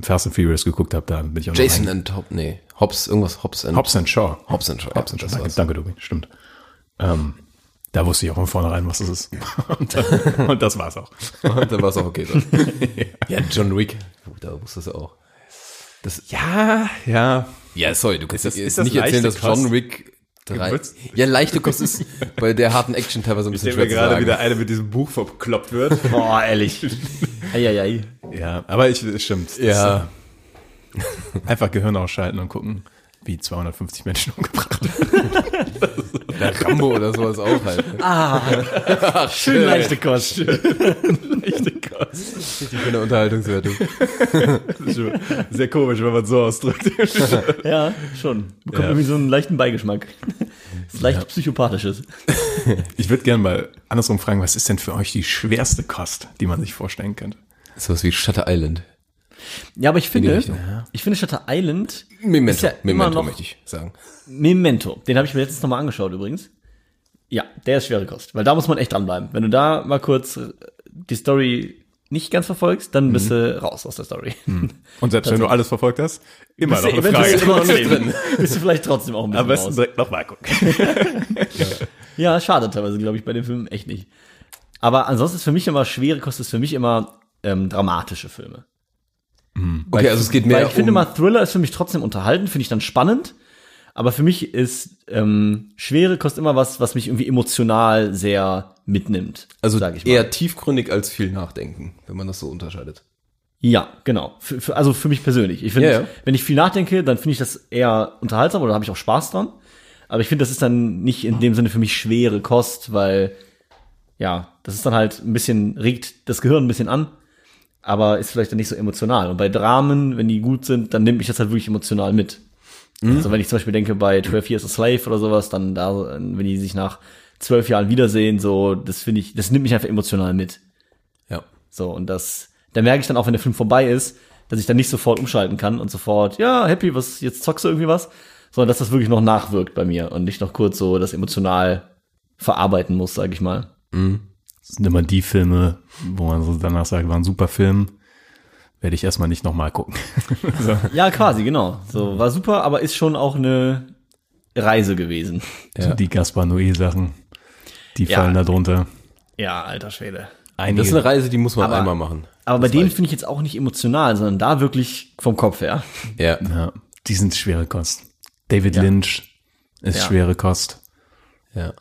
Fast and Furious geguckt habe, da bin ich auch noch
Jason
rein-
and Hobbs, nee, Hobbs, irgendwas Hobbs and
Hobbs and Shaw.
Hobbs and Shaw.
Hobbs and Shaw.
das
Danke,
war's.
danke Dobi. Stimmt. Ähm, da wusste ich auch von vornherein, was das ist. Und, dann, und das war's auch.
Und dann war es auch okay. So. ja, John Wick. Gut, Da wusste es auch. Das,
Ja, ja.
ja, sorry, du kannst
das-
jetzt
ist das
nicht erzählen, dass
leichte
John
Kost?
Wick drei.
Gewürzt?
Ja, leichte Kost ist bei der harten Action teilweise ein bisschen schwer zu sagen.
eine mit diesem Buch verkloppt wird.
Boah, ehrlich. Eieiei.
ja, aber ich, es stimmt. Das,
Ja.
äh, einfach Gehirn ausschalten und gucken, wie 250 Menschen umgebracht werden.
Rambo oder sowas auch halt.
Ah.
Äh.
Schön leichte Kost.
Echte Kost.
Ich bin der Unterhaltungswertung.
Das ist schon Sehr komisch, wenn man so ausdrückt.
Ja, schon. Bekommt
Ja.
irgendwie so einen leichten Beigeschmack. Ist leicht psychopathisches.
Ich würde gerne mal andersrum fragen, was ist denn für euch die schwerste Kost, die man sich vorstellen könnte?
Sowas wie Shutter Island.
Ja, aber ich finde,
Richtung.
ich finde Shutter Island
Memento,
ist ja immer
Memento
noch
möchte ich sagen.
Memento. Den habe ich mir letztens nochmal angeschaut übrigens. Ja, der ist schwere Kost, weil da muss man echt dranbleiben. Wenn du da mal kurz äh, die Story nicht ganz verfolgst, dann bist du raus aus der Story.
Und selbst wenn du alles verfolgt hast, immer noch eine
Bist du-
Frage.
bist du trotzdem- Bist du vielleicht trotzdem auch ein bisschen
Am besten
raus.
direkt nochmal gucken.
Ja, schade teilweise, glaube ich, bei den Filmen echt nicht. Aber ansonsten ist für mich immer schwere Kost, ist für mich immer ähm, dramatische Filme.
Okay, also es geht mehr
Weil ich finde
um
mal, Thriller ist für mich trotzdem unterhalten, finde ich dann spannend. Aber für mich ist ähm, schwere Kost immer was, was mich irgendwie emotional sehr mitnimmt.
also
sag ich mal.
eher tiefgründig als viel nachdenken, wenn man das so unterscheidet.
Ja, genau. Für, für, also für mich persönlich. Ich finde,
Ja, ja.
wenn ich viel nachdenke, dann finde ich das eher unterhaltsam oder habe ich auch Spaß dran. Aber ich finde, das ist dann nicht in dem Sinne für mich schwere Kost, weil ja, das ist dann halt ein bisschen, regt das Gehirn ein bisschen an, aber ist vielleicht dann nicht so emotional. Und bei Dramen, wenn die gut sind, dann nimmt mich das halt wirklich emotional mit.
Mhm.
Also wenn ich zum Beispiel denke, bei 12 Years a Slave oder sowas, dann da, wenn die sich nach zwölf Jahren wiedersehen, so, das finde ich, das nimmt mich einfach emotional mit.
Ja.
So, und das, da merke ich dann auch, wenn der Film vorbei ist, dass ich dann nicht sofort umschalten kann und sofort, ja, happy, was, jetzt zockst du irgendwie was, sondern dass das wirklich noch nachwirkt bei mir und ich noch kurz so das emotional verarbeiten muss, sage ich mal.
Das sind immer die Filme, wo man so danach sagt, war ein super Film, werde ich erstmal nicht nochmal gucken. so.
Ja, quasi, genau. So, war super, aber ist schon auch eine Reise gewesen.
So Die Gaspar Noé Sachen, die
Ja.
fallen da drunter.
Ja, alter Schwede.
Einige,
Das ist eine Reise, die muss man
Aber-
einmal machen.
Aber bei denen finde ich jetzt auch nicht emotional, sondern da wirklich vom Kopf her.
Ja.
ja, die sind schwere Kost. David
Ja.
Lynch ist
Ja.
schwere Kost.
Ja.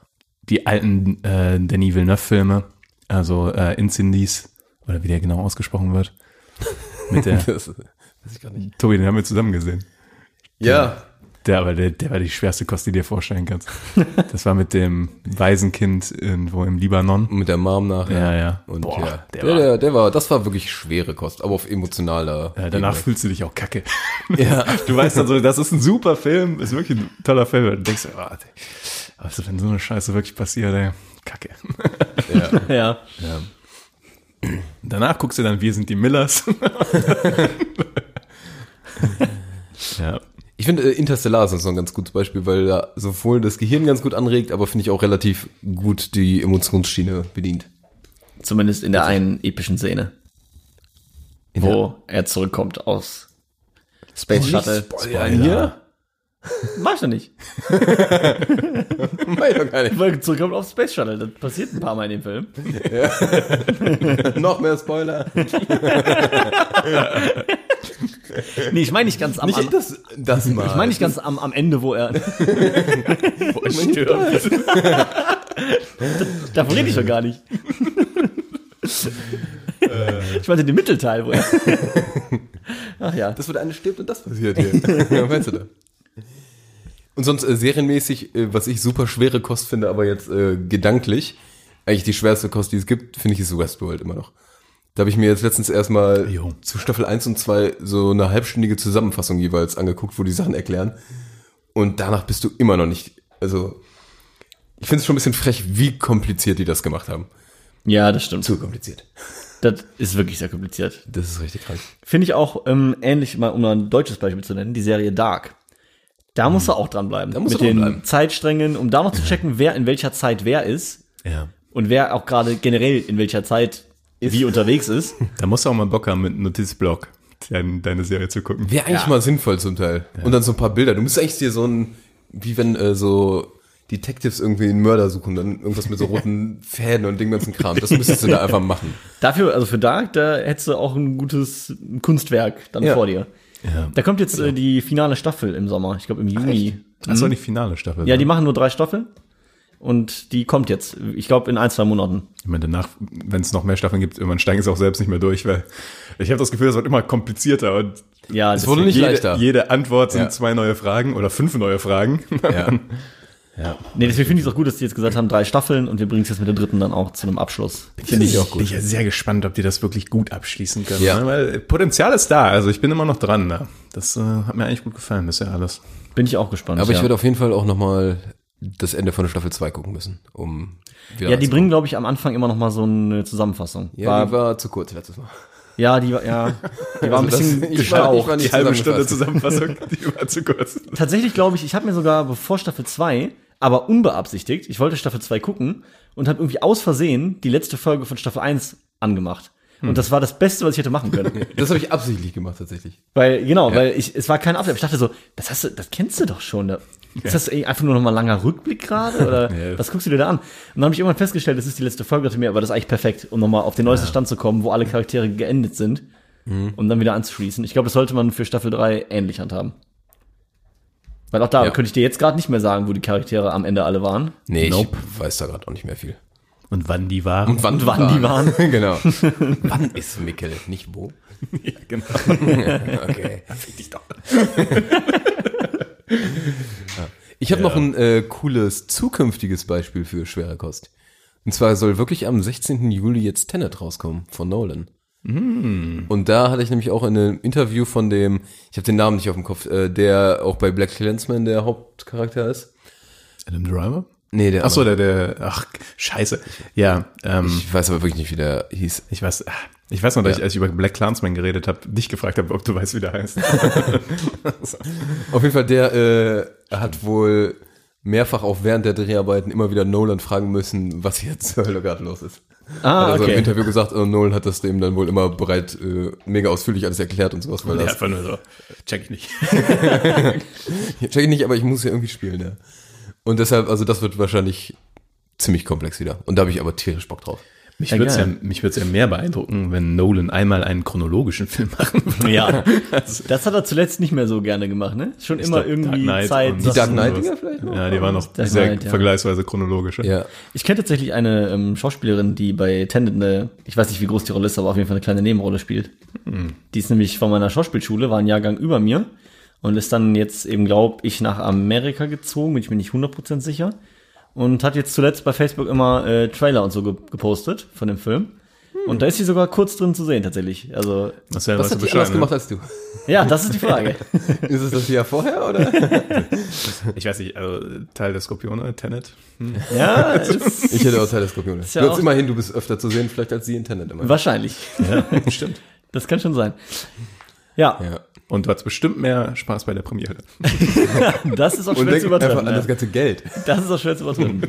Die alten äh, Denis Villeneuve-Filme, also äh, Incendies, oder wie der genau ausgesprochen wird. Mit der
Das, weiß ich gar nicht.
Tobi, den haben wir zusammen gesehen.
Ja.
Der, aber der, der war die schwerste Kost, die du dir vorstellen kannst. Das war mit dem Waisenkind irgendwo im Libanon.
Mit der Mom nachher.
Ja, ja.
Und
Boah,
ja.
der
Der,
war-
der, der, war, das war wirklich schwere Kost, aber auf emotionaler.
Ja, Äh, danach
Ebene.
fühlst du dich auch kacke.
Ja.
Du weißt dann so, das ist ein super Film, ist wirklich ein toller Film. Und du denkst du, ah, also wenn so eine Scheiße wirklich passiert, ey, kacke.
ja.
Danach guckst du dann, wir sind die Millers. ja.
Ich finde äh, Interstellar ist sonst noch ein ganz gutes Beispiel, weil da sowohl das Gehirn ganz gut anregt, aber finde ich auch relativ gut die Emotionsschiene bedient.
Zumindest in der einen epischen Szene,
In
wo er zurückkommt aus Space Shuttle.
Spoiler hier?
Mach ich doch nicht.
Nein, doch gar nicht.
Weil zurückkommt auf Space Shuttle. Das passiert ein paar Mal in dem Film.
noch mehr Spoiler.
Nee, ich meine nicht ganz am, am
das, das mal.
ich meine nicht ganz am, am Ende, wo er. Davon rede ich doch gar nicht.
Äh.
ich meinte den Mittelteil, wo er. Ach ja.
Das wird eine stirbt und das passiert hier. ja, weißt du da? Und sonst äh, serienmäßig, äh, was ich super schwere Kost finde, aber jetzt äh, gedanklich, eigentlich die schwerste Kost, die es gibt, finde ich, ist Westworld immer noch. Da habe ich mir jetzt letztens erstmal
Jo.
zu Staffel 1 und 2 so eine halbstündige Zusammenfassung jeweils angeguckt, wo die Sachen erklären. Und danach bist du immer noch nicht. Also, ich finde es schon ein bisschen frech, wie kompliziert die das gemacht haben.
Ja, das stimmt.
Zu kompliziert.
Das ist wirklich sehr kompliziert.
Das ist richtig krank.
Finde ich auch ähm, ähnlich, mal um noch ein deutsches Beispiel zu nennen, die Serie Dark. Da musst du auch dranbleiben.
Mhm. Da musst
Mit
du
den
dranbleiben.
Zeitsträngen, um da noch zu checken, wer in welcher Zeit wer ist.
Ja.
und wer auch gerade generell in welcher Zeit wie unterwegs ist.
Da musst du auch mal Bock haben mit einem Notizblock, dein, deine Serie zu gucken.
Wäre eigentlich mal sinnvoll zum Teil. Und dann so ein paar Bilder. Du musst eigentlich dir so ein, wie wenn äh, so Detectives irgendwie einen Mörder suchen, dann irgendwas mit so roten Fäden und dem ganzen Kram. Das müsstest du da einfach machen.
Dafür, also für Dark, da hättest du auch ein gutes Kunstwerk dann
Ja.
vor dir. Da kommt jetzt äh, die finale Staffel im Sommer. Ich glaube im Juni.
Das
Mhm.
soll die finale Staffel. ne?
Ja, die
sein.
machen nur drei Staffeln. Und die kommt jetzt. Ich glaube in ein, zwei Monaten.
Ich meine, danach, wenn es noch mehr Staffeln gibt, irgendwann steigen sie auch selbst nicht mehr durch, weil ich habe das Gefühl, es wird immer komplizierter und
Ja,
Es wurde
deswegen-
nicht
jede,
leichter.
jede Antwort sind
Ja.
zwei neue Fragen oder fünf neue Fragen.
Ja.
Nee, deswegen finde ich es auch gut, dass die jetzt gesagt haben, drei Staffeln und wir bringen es jetzt mit der dritten dann auch zu einem Abschluss.
Finde ich
auch
auch
gut.
gut. Bin ich ja sehr gespannt, ob die das wirklich gut abschließen können.
Ja.
ne? Weil Potenzial ist da, also ich bin immer noch dran. Ne? Das äh, hat mir eigentlich gut gefallen bisher alles.
Bin ich auch gespannt.
Aber
ja.
ich werde auf jeden Fall auch nochmal das Ende von der Staffel 2 gucken müssen, um wieder
ja, die
ranzukommen.
bringen, glaube ich, am Anfang immer noch mal so eine Zusammenfassung.
Ja, die war zu kurz letztes Mal.
ja, die war, ja, die war ein
Also das- ich
bisschen
war- ich
geschlaucht.
war nicht
Die halbe Stunde
zusammengefasst.
Zusammenfassung, die war zu kurz.
Tatsächlich glaube ich, ich habe mir sogar, bevor Staffel 2, aber unbeabsichtigt, ich wollte Staffel 2 gucken und habe irgendwie aus Versehen die letzte Folge von Staffel 1 angemacht. Und das war das Beste, was ich hätte machen können.
Das habe ich absichtlich gemacht, tatsächlich.
weil, genau, weil ich, es war kein Ablauf. Ich dachte so, das hast du, das kennst du doch schon. Da- Ist das ey, einfach nur nochmal ein langer Rückblick gerade? Oder was guckst du dir da an? Und dann habe ich irgendwann festgestellt, das ist die letzte Folge, dachte mir, aber das ist eigentlich perfekt, um nochmal auf den neuesten Stand zu kommen, wo alle Charaktere geendet sind,
Mhm.
um dann wieder anzuschließen. Ich glaube, das sollte man für Staffel 3 ähnlich handhaben. Weil auch da
Ja.
könnte ich dir jetzt gerade nicht mehr sagen, wo die Charaktere am Ende alle waren.
Nee, ich weiß da gerade auch nicht mehr viel.
Und wann die waren?
wann,
Und wann die
genau. wann ist Mickel? Nicht wo?
genau.
Okay. Ja. Ich habe noch ein äh, cooles zukünftiges Beispiel für schwere Kost. Und zwar soll wirklich am 16. Juli jetzt Tenet rauskommen von Nolan.
Mm.
Und da hatte ich nämlich auch in einem Interview von dem, ich habe den Namen nicht auf dem Kopf, äh, der auch bei Black Clansman der Hauptcharakter ist.
Adam Driver?
Nee, der.
Ach so,
andere.
der, der, ach, scheiße. Ja, ähm,
ich weiß aber wirklich nicht, wie der hieß.
ich weiß, ah, ich weiß noch, dass
Ja.
ich, als ich über Black Clansman geredet habe, dich gefragt habe, ob du weißt, wie der heißt.
Auf jeden Fall, der äh, hat wohl mehrfach auch während der Dreharbeiten immer wieder Nolan fragen müssen, was hier zur Hölle gerade los ist. hat
Ah,
er
Also,
so im
okay.
Interview gesagt und Nolan hat das dem dann wohl immer bereit, äh, mega ausführlich alles erklärt und sowas, weil
Der
das
einfach nur so, check ich nicht.
check ich nicht, aber ich muss ja irgendwie spielen, ja. Und deshalb, also das wird wahrscheinlich ziemlich komplex wieder. Und da habe ich aber tierisch Bock drauf.
Mich würde es ja,
Egal.
mich würd's ja mehr beeindrucken, wenn Nolan einmal einen chronologischen Film machen würde.
Ja. Das hat er zuletzt nicht mehr so gerne gemacht, ne? Schon immer
Dark
irgendwie
Knight
Zeit.
und-
dass
Die
Dark
du-
Knight-Dinger vielleicht noch?
Ja, die waren noch
Das
sehr
meint, ja.
vergleichsweise chronologisch.
Ja.
Ich kenne tatsächlich eine ähm, Schauspielerin, die bei Tenet eine, ich weiß nicht, wie groß die Rolle ist, aber auf jeden Fall eine kleine Nebenrolle spielt.
Hm.
Die ist nämlich von meiner Schauspielschule, war ein Jahrgang über mir und ist dann jetzt eben, glaube ich, nach Amerika gezogen, bin ich mir nicht 100% sicher. Und hat jetzt zuletzt bei Facebook immer äh, Trailer und so ge gepostet von dem Film.
Hm.
Und da ist sie sogar kurz drin zu sehen, tatsächlich. Also,
Das wäre
Was
was
hat die
Bescheid,
anders
ne?
gemacht als du?
ja, das ist die Frage.
Ist es das Jahr vorher oder?
Ich weiß nicht, also Teil der Skorpione, Tenet.
ja, ist,
Ich hätte auch Teil des Skorpions.
ja
Du hast
auch-
immerhin, du bist öfter zu sehen, vielleicht als sie in Tenet immer.
wahrscheinlich.
Ja, stimmt.
Das kann schon sein. Ja,
Ja.
Und du hattest bestimmt mehr Spaß bei der Premiere.
das ist auch
Und
schwer zu
denk einfach an
übertreffen.
das
Ja.
ganze Geld.
Das ist auch schwer zu übertreffen.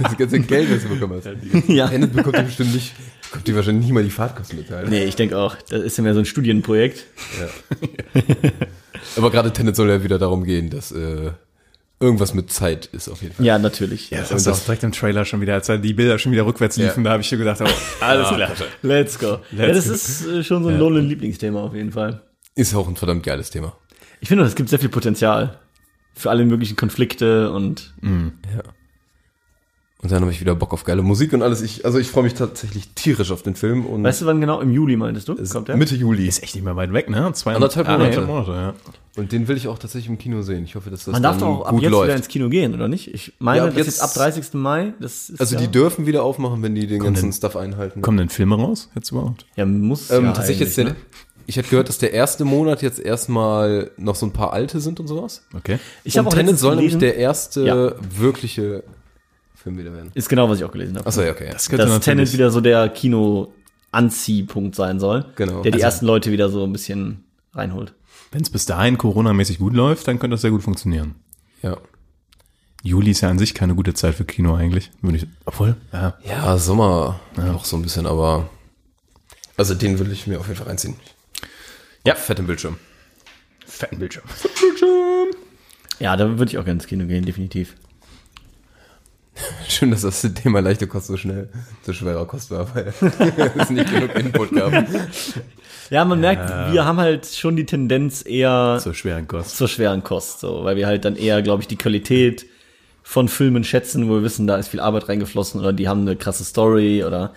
Das ganze Geld, was du bekommen hast.
Ja.
Tenet bekommt die bestimmt nicht, bekommt die wahrscheinlich nicht mal die Fahrtkosten bezahlt.
Nee, ich denke auch, das ist ja mehr so ein Studienprojekt.
Aber gerade Tenet soll ja wieder darum gehen, dass äh, irgendwas mit Zeit ist auf jeden Fall.
Ja, natürlich.
Das hast du auch direkt im Trailer schon wieder, als da die Bilder schon wieder rückwärts liefen, da habe ich schon gedacht, oh, alles klar.
Let's go. ja,
Let's
das ist äh, schon so ein Nolan-Lieblingsthema auf jeden Fall.
Ist auch ein verdammt geiles Thema.
Ich finde, es gibt sehr viel Potenzial für alle möglichen Konflikte und
Mhm. Und dann habe ich wieder Bock auf geile Musik und alles. Ich, also ich freue mich tatsächlich tierisch auf den Film und
weißt du, wann genau? Im Juli meintest du? Kommt der?
Mitte Juli.
Ist echt nicht mehr weit weg, ne? Zwei
Anderthalb
anderthalb
Monate.
Monate, ja.
Und den will ich auch tatsächlich im Kino sehen. Ich hoffe, dass das
Man darf
dann
doch auch ab
gut
jetzt
läuft.
wieder ins Kino gehen, oder nicht? Ich meine,
Ja, ab
das ist
jetzt-
jetzt ab 30. Mai. Das ist
also
ja,
die dürfen wieder aufmachen, wenn die den ganzen
denn-
Stuff einhalten.
Kommen denn Filme raus jetzt überhaupt?
ja, muss
Ähm,
ja
tatsächlich jetzt der,
eigentlich, ne?
ich hätte gehört, dass der erste Monat jetzt erstmal noch so ein paar alte sind und sowas.
Okay.
Ich habe
und
auch
Tenet
letztens
soll um nämlich
gelesen,
der erste
Ja.
wirkliche Film wieder werden.
ist genau, was ich auch gelesen habe.
Achso, ja, okay.
Das
Das
könnte
dass
natürlich.
Tenet wieder so der Kino-Anziehpunkt sein soll,
Genau.
der die
Also-
ersten Leute wieder so ein bisschen reinholt.
Wenn es bis dahin Corona-mäßig gut läuft, dann könnte das sehr gut funktionieren.
ja.
Juli ist ja an sich keine gute Zeit für Kino eigentlich. Würde ich, obwohl, ja.
Ja, Sommer noch so ein bisschen, aber. Also den würde ich mir auf jeden Fall reinziehen. Ja, fett im Bildschirm.
Fetten Bildschirm.
Ja, da würde ich auch gerne ins Kino gehen, definitiv.
Schön, dass das Thema leichte Kost so schnell zu schwerer Kost war, weil es nicht genug Input gab.
Ja, man merkt, wir haben halt schon die Tendenz eher
Zur schweren Kost.
zur schweren Kost, so, weil wir halt dann eher, glaube ich, die Qualität von Filmen schätzen, wo wir wissen, da ist viel Arbeit reingeflossen oder die haben eine krasse Story oder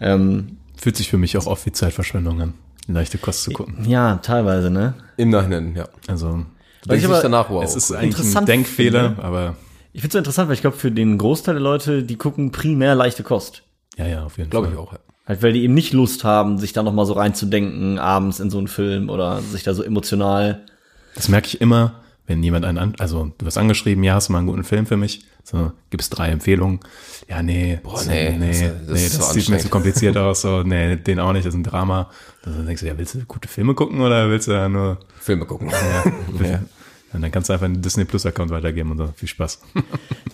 ähm,
Fühlt sich für mich auch oft wie Zeitverschwendung an, leichte Kost zu gucken.
ja, teilweise, ne?
Im Nachhinein, ja.
Also,
Weil
ich aber-
danach wow.
es ist eigentlich ein
interessant
Denkfehler, aber
Ich finde es so interessant, weil ich glaube, für den Großteil der Leute, die gucken primär leichte Kost.
ja, ja, auf jeden
Glaube
Fall.
ich auch, ja.
Halt, weil die eben nicht Lust haben, sich da nochmal so reinzudenken, abends in so einen Film oder sich da so emotional.
Das merke ich immer, wenn jemand einen, an, also du hast angeschrieben, ja, hast du mal einen guten Film für mich? So, gibt es drei Empfehlungen? Ja, nee, Boah,
nee,
nee,
das-
nee,
das
das,
ist
sieht
so
mir zu
anstrengend.
kompliziert aus, so, nee, den auch nicht, das ist ein Drama. Und dann denkst du, ja, willst du gute Filme gucken oder willst du da nur,
Filme gucken.
ja. Und dann kannst du einfach einen Disney Plus Account weitergeben und so, viel Spaß.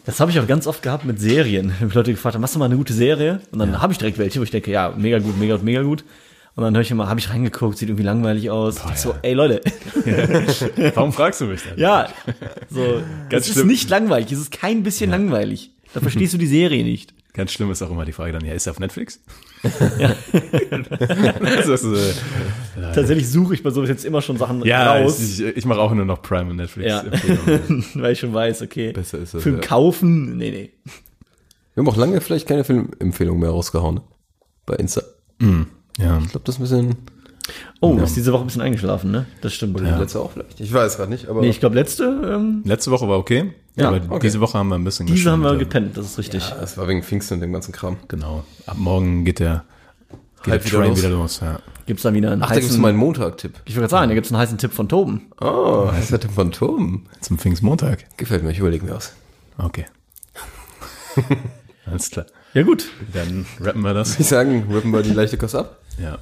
Das habe ich auch ganz oft gehabt mit Serien. Wenn Leute gefragt haben, hast du mal eine gute Serie? Und dann habe ich direkt welche, wo ich denke, ja, mega gut, mega gut, mega gut. Und dann höre ich immer, habe ich reingeguckt, sieht irgendwie langweilig aus. Ich so, ey Leute,
Warum fragst du mich dann?
ja, so,
Ganz
es ist
schlimm.
nicht langweilig, es ist kein bisschen langweilig. Da verstehst du die Serie nicht.
Ganz schlimm ist auch immer die Frage dann, ja, ist er auf Netflix? das ist, äh,
Tatsächlich suche ich bei sowas jetzt immer schon Sachen
ja,
raus.
ich, ich, ich mache auch nur noch Prime und Netflix.
Ja. weil ich schon weiß, okay,
Besser ist das,
Film
ja.
kaufen, nee, nee.
Wir haben auch lange vielleicht keine Filmempfehlung mehr rausgehauen. ne? Bei Insta. Ich
ja.
glaube, das ist ein bisschen.
Oh, ist diese Woche ein bisschen eingeschlafen, ne? Das stimmt. Ja.
Letzte auch vielleicht. Ich weiß gerade nicht, aber.
Nee, ich glaube, letzte, ähm,
Letzte Woche war okay,
Ja,
aber diese Woche haben wir ein bisschen
diese haben wir
geschwindelt.
gepennt, das ist richtig.
das war wegen Pfingsten und dem ganzen Kram.
Genau. Ab morgen geht der, geht der
Halb wieder
Train
los.
wieder los. Ja.
Gibt's da wieder einen
Ach, da gibt es
heißen,
meinen Montag-Tipp.
ich würde gerade sagen, da gibt's einen heißen Tipp von Toben.
Oh, das hat ein Phantom.
Zum Pfingstmontag.
Gefällt mir, ich überlege mir aus.
Okay. Alles klar.
Ja gut,
Dann rappen wir das.
Ich sagen, rippen wir die leichte Kost ab.
Ja.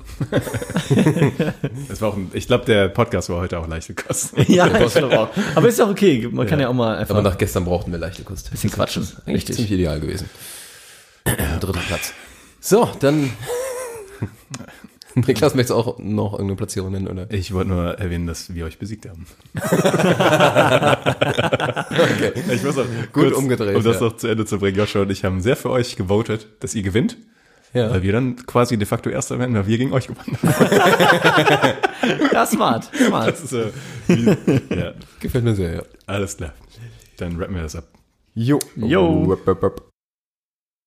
das war auch ein, ich glaube, der Podcast war heute auch leichte Kost.
ja, ich glaube auch. Aber ist auch okay, man kann ja auch mal einfach
Aber
ein
nach gestern brauchten wir leichte Kost.
bisschen quatschen.
Eigentlich
Richtig.
ziemlich ideal gewesen. Dritter Platz. So, dann. Niklas, möchtest du auch noch irgendeine Platzierung nennen, oder?
Ich wollte nur erwähnen, dass wir euch besiegt haben. Ich muss auch kurz,
umgedreht,
Um das
ja.
noch zu Ende zu bringen, Joshua und ich haben sehr für euch gewotet, dass ihr gewinnt.
Ja.
Weil wir dann quasi de facto Erster werden, weil wir gegen euch gewonnen haben.
Ja, smart, smart.
Das ist, äh, wie, ja,
Gefällt mir sehr, ja.
alles klar. Dann rappen wir das ab.
Jo.
Jo.
Wupp, wupp, wupp.